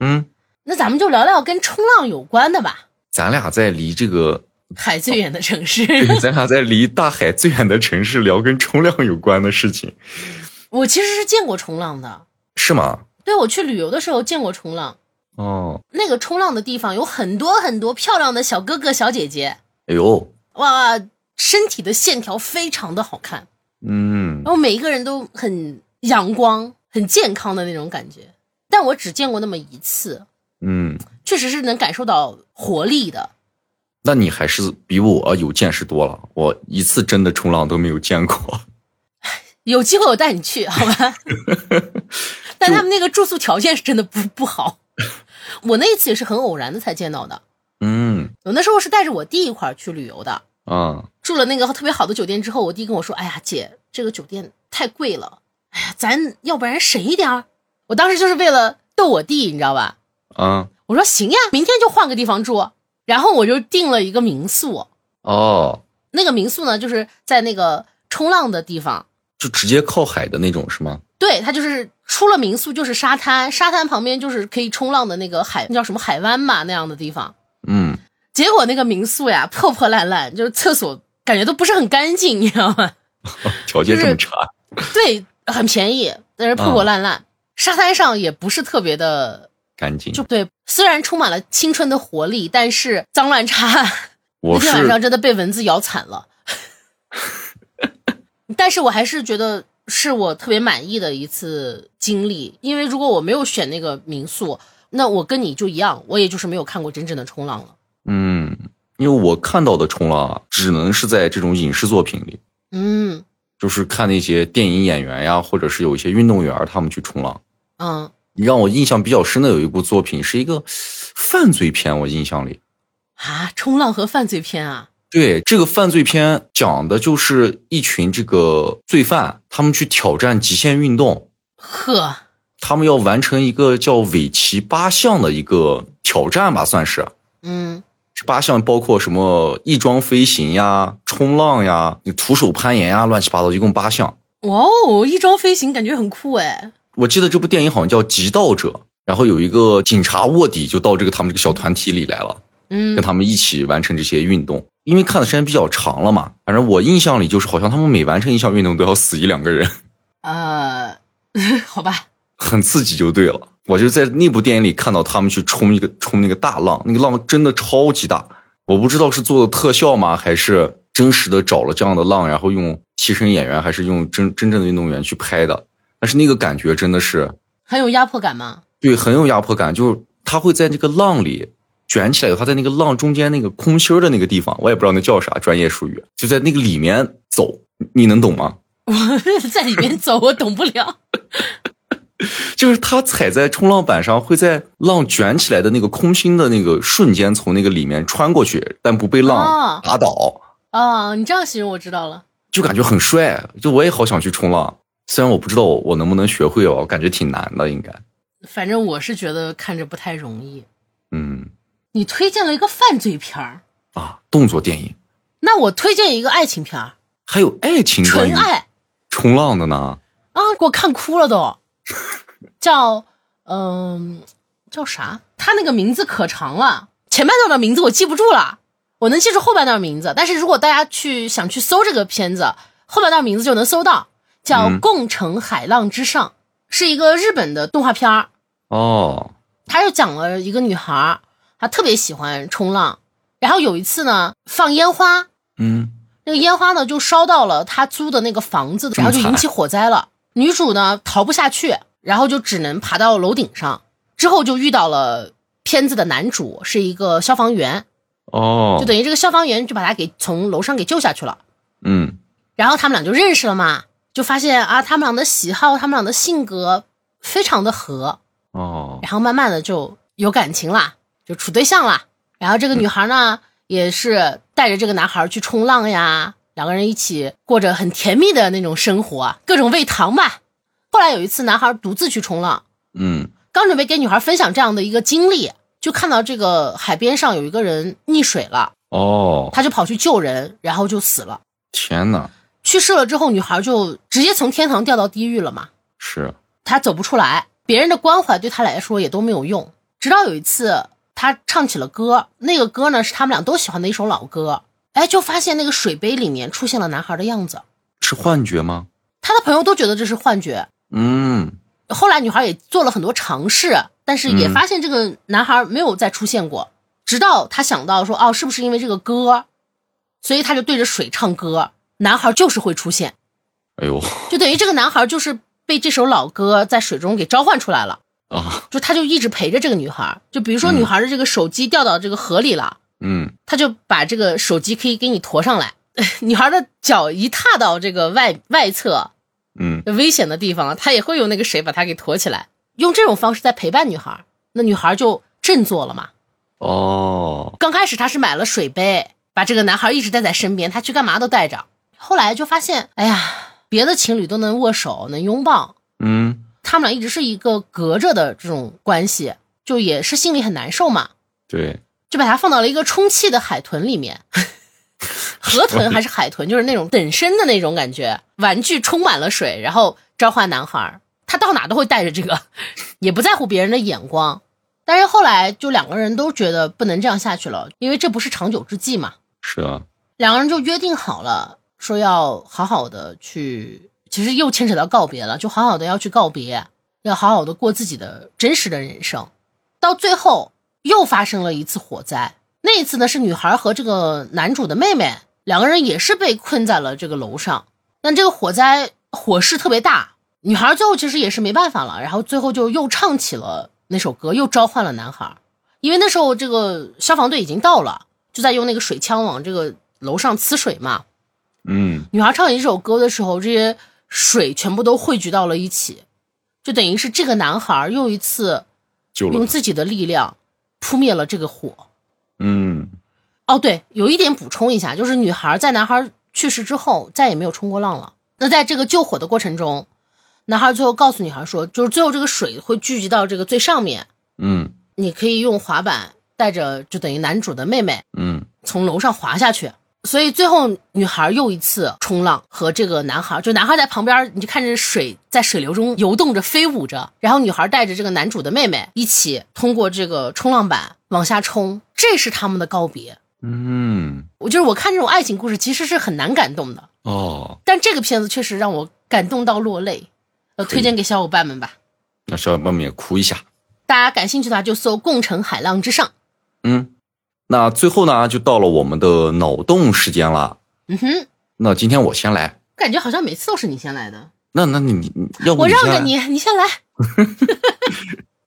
Speaker 2: 嗯，
Speaker 1: 那咱们就聊聊跟冲浪有关的吧。
Speaker 2: 咱俩在离这个，
Speaker 1: 海最远的城市，
Speaker 2: 咱俩在离大海最远的城市聊跟冲浪有关的事情，
Speaker 1: 我其实是见过冲浪的。
Speaker 2: 是吗？
Speaker 1: 对，我去旅游的时候见过冲浪。
Speaker 2: 哦，
Speaker 1: 那个冲浪的地方有很多很多漂亮的小哥哥小姐姐，
Speaker 2: 哎呦，
Speaker 1: 哇，身体的线条非常的好看。
Speaker 2: 嗯
Speaker 1: 然后每一个人都很阳光、很健康的那种感觉。但我只见过那么一次，
Speaker 2: 嗯，
Speaker 1: 确实是能感受到活力的。
Speaker 2: 那你还是比我有见识多了，我一次真的冲浪都没有见过。
Speaker 1: 有机会我带你去，好吧？但他们那个住宿条件是真的不不好。我那一次也是很偶然的才见到的。
Speaker 2: 嗯
Speaker 1: 我那时候是带着我弟一块儿去旅游的，
Speaker 2: 啊，
Speaker 1: 住了那个特别好的酒店之后，我弟跟我说：“哎呀，姐，这个酒店太贵了，哎呀，咱要不然省一点儿。”我当时就是为了逗我弟，你知道吧？
Speaker 2: 啊
Speaker 1: 我说行呀，明天就换个地方住。然后我就订了一个民宿，
Speaker 2: 哦，
Speaker 1: 那个民宿呢，就是在那个冲浪的地方。
Speaker 2: 就直接靠海的那种是吗？
Speaker 1: 对，它就是出了民宿就是沙滩，沙滩旁边就是可以冲浪的那个海，那叫什么海湾吧那样的地方。
Speaker 2: 嗯，
Speaker 1: 结果那个民宿呀，破破烂烂，就是厕所感觉都不是很干净，你知道吗？
Speaker 2: 条件这么差，
Speaker 1: 对，很便宜，但是破破烂烂，沙滩上也不是特别的，
Speaker 2: 赶紧。
Speaker 1: 就对，虽然充满了青春的活力，但是脏乱差。那
Speaker 2: 我
Speaker 1: 天晚上
Speaker 2: 是
Speaker 1: 真的被蚊子咬惨了， 但是我还是觉得是我特别满意的一次经历，因为如果我没有选那个民宿，那我跟你就一样，我也就是没有看过真正的冲浪了。
Speaker 2: 嗯，因为我看到的冲浪啊，只能是在这种影视作品里，
Speaker 1: 嗯
Speaker 2: 就是看那些电影演员呀，或者是有一些运动员儿他们去冲浪。
Speaker 1: 嗯，
Speaker 2: 让我印象比较深的有一部作品是一个犯罪片，我印象里。
Speaker 1: 啊，冲浪和犯罪片啊，
Speaker 2: 对这个犯罪片讲的就是一群这个罪犯，他们去挑战极限运动，
Speaker 1: 呵，
Speaker 2: 他们要完成一个叫围棋八项的一个挑战吧，算是。
Speaker 1: 嗯
Speaker 2: 这八项包括什么翼装飞行呀、冲浪呀、徒手攀岩呀，乱七八糟，一共八项。
Speaker 1: 哇哦，翼装飞行感觉很酷哎。
Speaker 2: 我记得这部电影好像叫《极道者》，然后有一个警察卧底就到这个他们这个小团体里来了，
Speaker 1: 嗯
Speaker 2: 跟他们一起完成这些运动。因为看的时间比较长了嘛，反正我印象里就是好像他们每完成一项运动都要死一两个人，
Speaker 1: 呃， 好吧，
Speaker 2: 很刺激就对了。我就在那部电影里看到他们去冲一个冲那个大浪，那个浪真的超级大，我不知道是做的特效吗，还是真实的找了这样的浪，然后用替身演员还是用真真正的运动员去拍的，但是那个感觉真的是
Speaker 1: 很有压迫感吗？
Speaker 2: 对，很有压迫感，就是它会在那个浪里卷起来，它在那个浪中间那个空心儿的那个地方，我也不知道那叫啥专业术语，就在那个里面走，你你能懂吗？
Speaker 1: 我 在里面走，我懂不了。
Speaker 2: 就是它踩在冲浪板上，会在浪卷起来的那个空心的那个瞬间从那个里面穿过去，但不被
Speaker 1: 哦
Speaker 2: 浪打倒，
Speaker 1: 哦，你这样形容我知道了。
Speaker 2: 就感觉很帅。就我也好想去冲浪，虽然我不知道我我能不能学会哦，我感觉挺难的，应该。
Speaker 1: 反正我是觉得看着不太容易。
Speaker 2: 嗯
Speaker 1: 你推荐了一个犯罪片儿，
Speaker 2: 啊，动作电影
Speaker 1: 那我推荐一个爱情片儿，
Speaker 2: 还有爱情嗯关
Speaker 1: 纯
Speaker 2: 于
Speaker 1: 爱
Speaker 2: 冲浪的呢。
Speaker 1: 啊，给我看哭了都。叫嗯、叫啥？他那个名字可长了，前半段的名字我记不住了，我能记住后半段名字。但是如果大家去想去搜这个片子，后半段名字就能搜到，叫《
Speaker 2: 嗯
Speaker 1: 共乘海浪之上》，是一个日本的动画片儿。
Speaker 2: 哦，
Speaker 1: 他就讲了一个女孩儿，她特别喜欢冲浪，然后有一次呢放烟花，
Speaker 2: 嗯。
Speaker 1: 那个烟花呢就烧到了她租的那个房子，
Speaker 2: 这
Speaker 1: 然后
Speaker 2: 么
Speaker 1: 就引
Speaker 2: 惨
Speaker 1: 起火灾了。女主呢逃不下去，然后就只能爬到楼顶上，之后就遇到了片子的男主，是一个消防员，
Speaker 2: 哦，
Speaker 1: 就等于这个消防员就把她给从楼上给救下去了。
Speaker 2: 嗯
Speaker 1: 然后他们俩就认识了嘛，就发现啊，他们俩的喜好，他们俩的性格非常的合，
Speaker 2: 哦，
Speaker 1: 然后慢慢的就有感情啦，就处对象啦。然后这个女孩呢，也是带着这个男孩去冲浪呀，两个人一起过着很甜蜜的那种生活，各种喂糖吧。后来有一次，男孩独自去冲浪，
Speaker 2: 嗯
Speaker 1: 刚准备给女孩分享这样的一个经历，就看到这个海边上有一个人溺水了，
Speaker 2: 哦，
Speaker 1: 他就跑去救人，然后就死了。
Speaker 2: 天哪，
Speaker 1: 去世了之后，女孩就直接从天堂掉到地狱了嘛。
Speaker 2: 是
Speaker 1: 他走不出来，别人的关怀对他来说也都没有用。直到有一次，他唱起了歌，那个歌呢是他们俩都喜欢的一首老歌，哎，就发现那个水杯里面出现了男孩的样子。
Speaker 2: 是幻觉吗？
Speaker 1: 他的朋友都觉得这是幻觉。
Speaker 2: 嗯，
Speaker 1: 后来女孩也做了很多尝试，但是也发现这个男孩没有再出现过。直到他想到说，哦，是不是因为这个歌，所以他就对着水唱歌，男孩就是会出现，
Speaker 2: 哎呦
Speaker 1: 就等于这个男孩就是被这首老歌在水中给召唤出来了。
Speaker 2: 啊，
Speaker 1: 就他就一直陪着这个女孩儿。就比如说女孩儿的这个手机掉到这个河里了，
Speaker 2: 嗯
Speaker 1: 他就把这个手机可以给你驮上来。 女孩儿的脚一踏到这个外外侧
Speaker 2: 嗯，
Speaker 1: 危险的地方，他也会用那个水把她给驮起来。用这种方式在陪伴女孩儿，那女孩儿就振作了嘛。
Speaker 2: 哦，
Speaker 1: 刚开始她是买了水杯，把这个男孩儿一直带在身边，她去干嘛都带着。后来就发现，哎呀，别的情侣都能握手，能拥抱，
Speaker 2: 嗯
Speaker 1: 他们俩一直是一个隔着的这种关系，就也是心里很难受嘛。
Speaker 2: 对，
Speaker 1: 就把它放到了一个充气的海豚里面，河豚还是海豚，就是那种等身的那种感觉，玩具充满了水，然后召唤男孩儿，他到哪都会带着这个， 也不在乎别人的眼光。但是后来就两个人都觉得不能这样下去了，因为这不是长久之计嘛。
Speaker 2: 是啊，
Speaker 1: 两个人就约定好了，说要好好的去，其实又牵扯到告别了，就好好的要去告别，要好好的过自己的真实的人生。到最后又发生了一次火灾，那一次呢是女孩和这个男主的妹妹两个人也是被困在了这个楼上，但这个火灾火势特别大，女孩最后其实也是没办法了，然后最后就又唱起了那首歌，又召唤了男孩。因为那时候这个消防队已经到了，就在用那个水枪往这个楼上呲水嘛。
Speaker 2: 嗯
Speaker 1: 女孩唱一首歌的时候，这些水全部都汇聚到了一起，就等于是这个男孩又一次
Speaker 2: 救
Speaker 1: 用
Speaker 2: 了，
Speaker 1: 自己的力量扑灭了这个火。
Speaker 2: 嗯
Speaker 1: 哦，对，有一点补充一下，就是女孩在男孩去世之后再也没有冲过浪了。那在这个救火的过程中，男孩最后告诉女孩说，就是最后这个水会聚集到这个最上面，
Speaker 2: 嗯
Speaker 1: 你可以用滑板带着就等于男主的妹妹
Speaker 2: 嗯
Speaker 1: 从楼上滑下去。所以最后女孩又一次冲浪和这个男孩，就男孩在旁边，你就看着水在水流中游动着、飞舞着，然后女孩带着这个男主的妹妹一起通过这个冲浪板往下冲，这是他们的告别。
Speaker 2: 嗯，
Speaker 1: 我就是我看这种爱情故事其实是很难感动的，
Speaker 2: 哦，
Speaker 1: 但这个片子确实让我感动到落泪，呃，
Speaker 2: 可以
Speaker 1: 推荐给小伙伴们吧。
Speaker 2: 那小伙伴们也哭一下。
Speaker 1: 大家感兴趣的话就搜《共乘海浪之上》。
Speaker 2: 嗯，那最后呢，就到了我们的脑洞时间了。
Speaker 1: 嗯哼，
Speaker 2: 那今天我先来，
Speaker 1: 感觉好像每次都是你先来的，
Speaker 2: 那那你你你要不
Speaker 1: 我
Speaker 2: 你
Speaker 1: 让
Speaker 2: 先
Speaker 1: 着
Speaker 2: 来
Speaker 1: 你，你先来。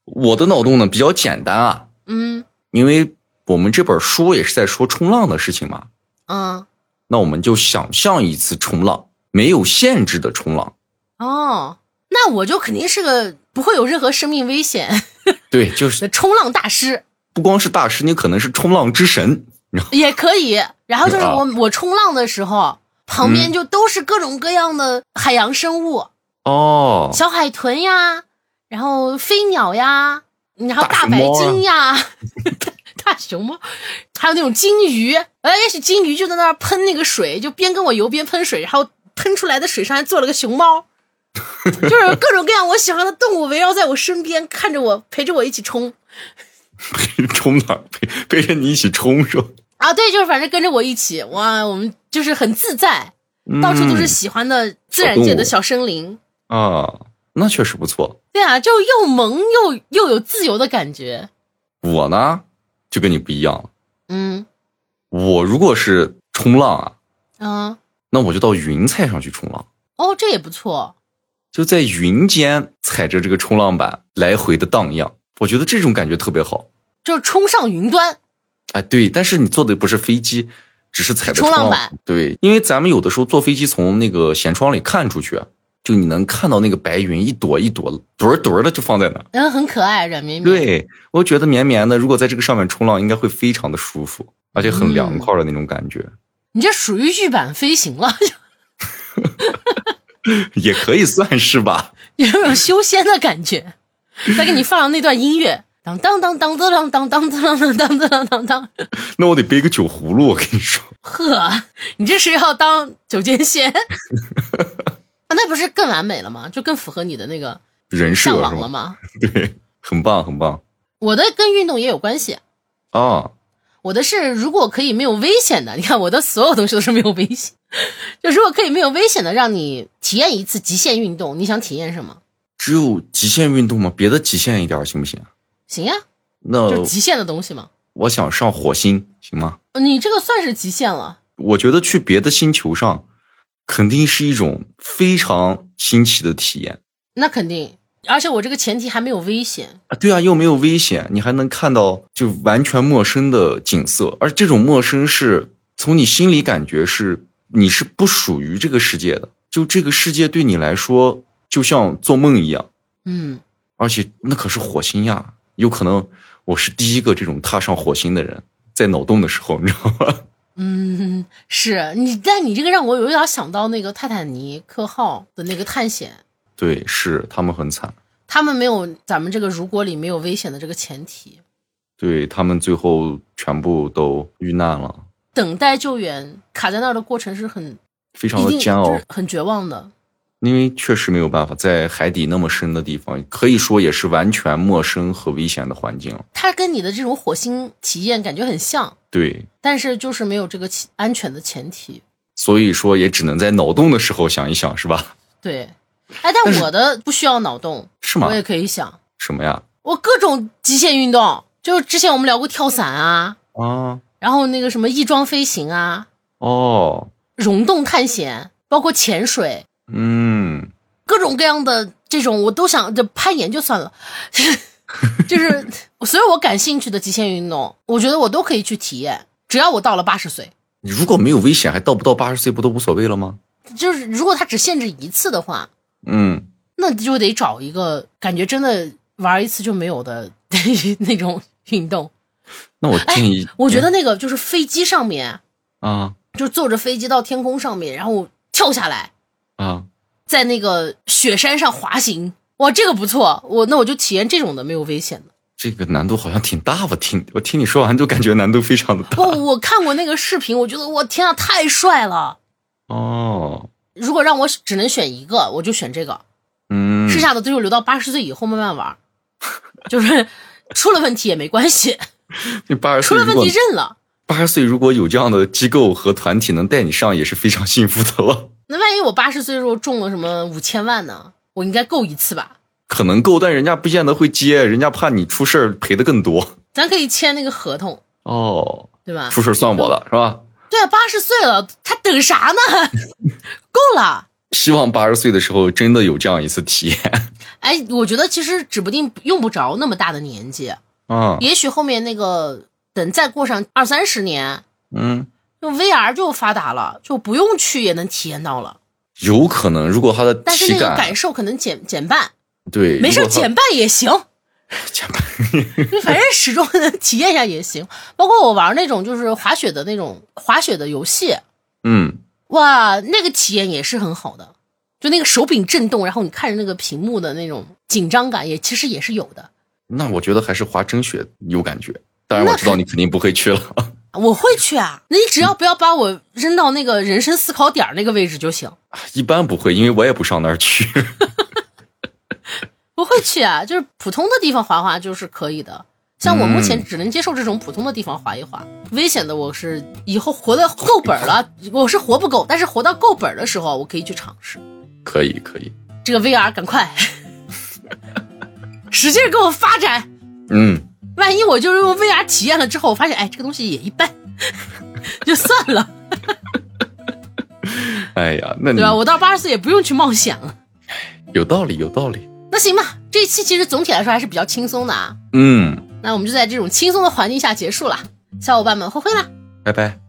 Speaker 2: 我的脑洞呢比较简单啊，
Speaker 1: 嗯
Speaker 2: 因为我们这本书也是在说冲浪的事情嘛，
Speaker 1: 嗯
Speaker 2: 那我们就想象一次冲浪，没有限制的冲浪。
Speaker 1: 哦，那我就肯定是个不会有任何生命危险
Speaker 2: 对，就是
Speaker 1: 的冲浪大 师，
Speaker 2: 不光是大师，你可能是冲浪之神。
Speaker 1: 也可以。然后就是
Speaker 2: 啊
Speaker 1: 我我冲浪的时候，旁边
Speaker 2: 嗯
Speaker 1: 就都是各种各样的海洋生物，
Speaker 2: 哦，
Speaker 1: 小海豚呀，然后飞鸟呀，然后
Speaker 2: 大
Speaker 1: 大
Speaker 2: 熊
Speaker 1: 白
Speaker 2: 猫啊
Speaker 1: 鲸呀， 大熊猫，还有那种鲸鱼，哎，也许鲸鱼就在那儿喷那个水，就边跟我游边喷水，然后喷出来的水上还坐了个熊 猫，就是各种各样我喜欢的动物围绕在我身边，看着我，陪着我一起冲
Speaker 2: 冲哪儿陪陪着你一起冲是吧？
Speaker 1: 啊，对，就是反正跟着我一起，哇，我们就是很自在，到处都是喜欢的自然界的小生灵，
Speaker 2: 嗯啊，那确实不错。
Speaker 1: 对啊，就又萌又又有自由的感觉，
Speaker 2: 我呢就跟你不一样了，
Speaker 1: 嗯
Speaker 2: 我如果是冲浪啊，
Speaker 1: 嗯。
Speaker 2: 那我就到云彩上去冲浪，
Speaker 1: 哦，这也不错。
Speaker 2: 就在云间踩着这个冲浪板来回的荡漾，我觉得这种感觉特别好。
Speaker 1: 就是冲上云端，
Speaker 2: 哎，对，但是你坐的不是飞机，只是踩的
Speaker 1: 冲浪
Speaker 2: 浪
Speaker 1: 板。
Speaker 2: 对，因为咱们有的时候坐飞机从那个舷窗里看出去，就你能看到那个白云一朵一朵朵儿朵儿的就放在那儿。
Speaker 1: 然后很可爱，软绵绵。，
Speaker 2: 对，我觉得绵绵的，如果在这个上面冲浪，应该会非常的舒服，而且很凉快的那种感 觉，
Speaker 1: 你这属于预版飞行了，
Speaker 2: 也可以算是吧。
Speaker 1: 有种修仙的感觉。再给你放上那段音乐，当当当当当当当当当当当当当当，
Speaker 2: 那我得背个酒葫芦，我跟你说。
Speaker 1: 呵，你这是要当九剑仙？ 啊，那不是更完美了吗？就更符合你的那个
Speaker 2: 人设
Speaker 1: 向
Speaker 2: 是啊
Speaker 1: 往了
Speaker 2: 吧？
Speaker 1: 吗？
Speaker 2: 对，很棒，很棒
Speaker 1: 我的跟运动也有关系，
Speaker 2: 啊！
Speaker 1: 我的是如果可以没有危险的，你看我的所有东西都是没有危险，就如果可以没有危险的，让你体验一次极限运动，你想体验什么？
Speaker 2: 只有极限运动吗？别的极限一点儿行不行？
Speaker 1: 行呀，
Speaker 2: 那
Speaker 1: 就是极限的东西嘛。
Speaker 2: 我想上火星，行吗？
Speaker 1: 你这个算是极限了，
Speaker 2: 我觉得去别的星球上，肯定是一种非常新奇的体验
Speaker 1: 那肯定。而且我这个前提还没有危险，
Speaker 2: 啊！对啊，又没有危险，你还能看到就完全陌生的景色，而这种陌生是从你心里感觉是你是不属于这个世界的，就这个世界对你来说就像做梦一样，
Speaker 1: 嗯，
Speaker 2: 而且那可是火星呀，有可能我是第一个这种踏上火星的人，在脑洞的时候，你知道吗？
Speaker 1: 嗯，是你，但你这个让我有点想到那个泰坦尼克号的那个探险，
Speaker 2: 对，是他们很惨。
Speaker 1: 他们没有咱们这个如果里没有危险的这个前提，
Speaker 2: 对他们最后全部都遇难了，
Speaker 1: 等待救援卡在那儿的过程是很
Speaker 2: 非常
Speaker 1: 一
Speaker 2: 的
Speaker 1: 定
Speaker 2: 煎
Speaker 1: 就
Speaker 2: 熬
Speaker 1: 是，很绝望的，
Speaker 2: 因为确实没有办法，在海底那么深的地方，可以说也是完全陌生和危险的环境了。
Speaker 1: 它跟你的这种火星体验感觉很像，
Speaker 2: 对，
Speaker 1: 但是就是没有这个起安全的前提，
Speaker 2: 所以说也只能在脑洞的时候想一想，是吧？
Speaker 1: 对，哎，但我的不需要脑洞，
Speaker 2: 是吗
Speaker 1: 我？也可以想，
Speaker 2: 什么呀？
Speaker 1: 我各种极限运动，就是之前我们聊过跳伞啊，
Speaker 2: 啊，
Speaker 1: 然后那个什么翼装飞行啊，
Speaker 2: 哦，
Speaker 1: 溶洞探险，包括潜水，
Speaker 2: 嗯，
Speaker 1: 各种各样的这种我都想，这攀岩就算了， 就是所有我感兴趣的极限运动，我觉得我都可以去体验，只要我到了八十岁。
Speaker 2: 你如果没有危险，还到不到八十岁，不都无所谓了吗？
Speaker 1: 就是如果它只限制一次的话，
Speaker 2: 嗯，
Speaker 1: 那就得找一个感觉真的玩一次就没有的 那种运动。
Speaker 2: 那我建议，
Speaker 1: 哎我觉得那个就是飞机上面。
Speaker 2: 啊
Speaker 1: 就坐着飞机到天空上面，然后跳下来，
Speaker 2: 啊，
Speaker 1: 在那个雪山上滑行，哇，这个不错，我那我就体验这种的，没有危险的。
Speaker 2: 这个难度好像挺大吧？听我听你说完就感觉难度非常的大
Speaker 1: 不，我看过那个视频，我觉得我天啊，太帅了！
Speaker 2: 哦。
Speaker 1: 如果让我只能选一个，我就选这个，
Speaker 2: 嗯，
Speaker 1: 剩下的都就留到八十岁以后慢慢玩儿， 就是出了问题也没关系，
Speaker 2: 你八十
Speaker 1: 出
Speaker 2: 岁
Speaker 1: 了
Speaker 2: 如
Speaker 1: 问
Speaker 2: 果
Speaker 1: 题认了。
Speaker 2: 八十岁如果有这样的机构和团体能带你上，也是非常幸福的了。
Speaker 1: 那万一我八十岁的时候中了什么五千万呢？我应该够一次吧？
Speaker 2: 可能够，但人家不见得会接，人家怕你出事儿赔的更多。
Speaker 1: 咱可以签那个合同，
Speaker 2: 哦，
Speaker 1: 对吧？
Speaker 2: 出事儿算我的是吧？
Speaker 1: 对，啊八十岁了，他等啥呢？ 够了。
Speaker 2: 希望八十岁的时候真的有这样一次体验
Speaker 1: 哎，我觉得其实指不定用不着那么大的年纪，
Speaker 2: 啊。
Speaker 1: 也许后面那个等再过上二三十年，
Speaker 2: 嗯，
Speaker 1: 用 VR 就发达了，就不用去也能体验到了。
Speaker 2: 有可能，如果他的
Speaker 1: 但是
Speaker 2: 体
Speaker 1: 那个感受可能减减半，
Speaker 2: 对，
Speaker 1: 没事
Speaker 2: 如
Speaker 1: 儿
Speaker 2: 果他
Speaker 1: 减半也行，
Speaker 2: 减半
Speaker 1: 反正始终能体验一下也行。包括我玩那种就是滑雪的那种滑雪的游戏，
Speaker 2: 嗯，
Speaker 1: 哇，那个体验也是很好的，就那个手柄震动，然后你看着那个屏幕的那种紧张感也其实也是有的。
Speaker 2: 那我觉得还是滑真雪有感觉。当然我知道你肯定不会去了。
Speaker 1: 我会去啊，那你只要不要把我扔到那个人生思考点儿那个位置就行。
Speaker 2: 一般不会，因为我也不上那儿去。
Speaker 1: 我会去啊，就是普通的地方滑滑就是可以的。像我目前只能接受这种普通的地方滑一滑，危险的我是以后活得够本儿了，我是活不够，但是活到够本儿的时候，我可以去尝试。
Speaker 2: 可以，可以，
Speaker 1: 这个 VR 赶快，使劲儿给我发展，
Speaker 2: 嗯，
Speaker 1: 万一我就是用 VR 体验了之后，我发现哎，这个东西也一般， 就算了，
Speaker 2: 哎呀，那你
Speaker 1: 对吧？啊我到八十岁也不用去冒险了。
Speaker 2: 有道理，有道理。
Speaker 1: 那行吧，这一期其实总体来说还是比较轻松的啊。
Speaker 2: 嗯，
Speaker 1: 那我们就在这种轻松的环境下结束了，小伙伴们挥挥啦。
Speaker 2: 拜拜。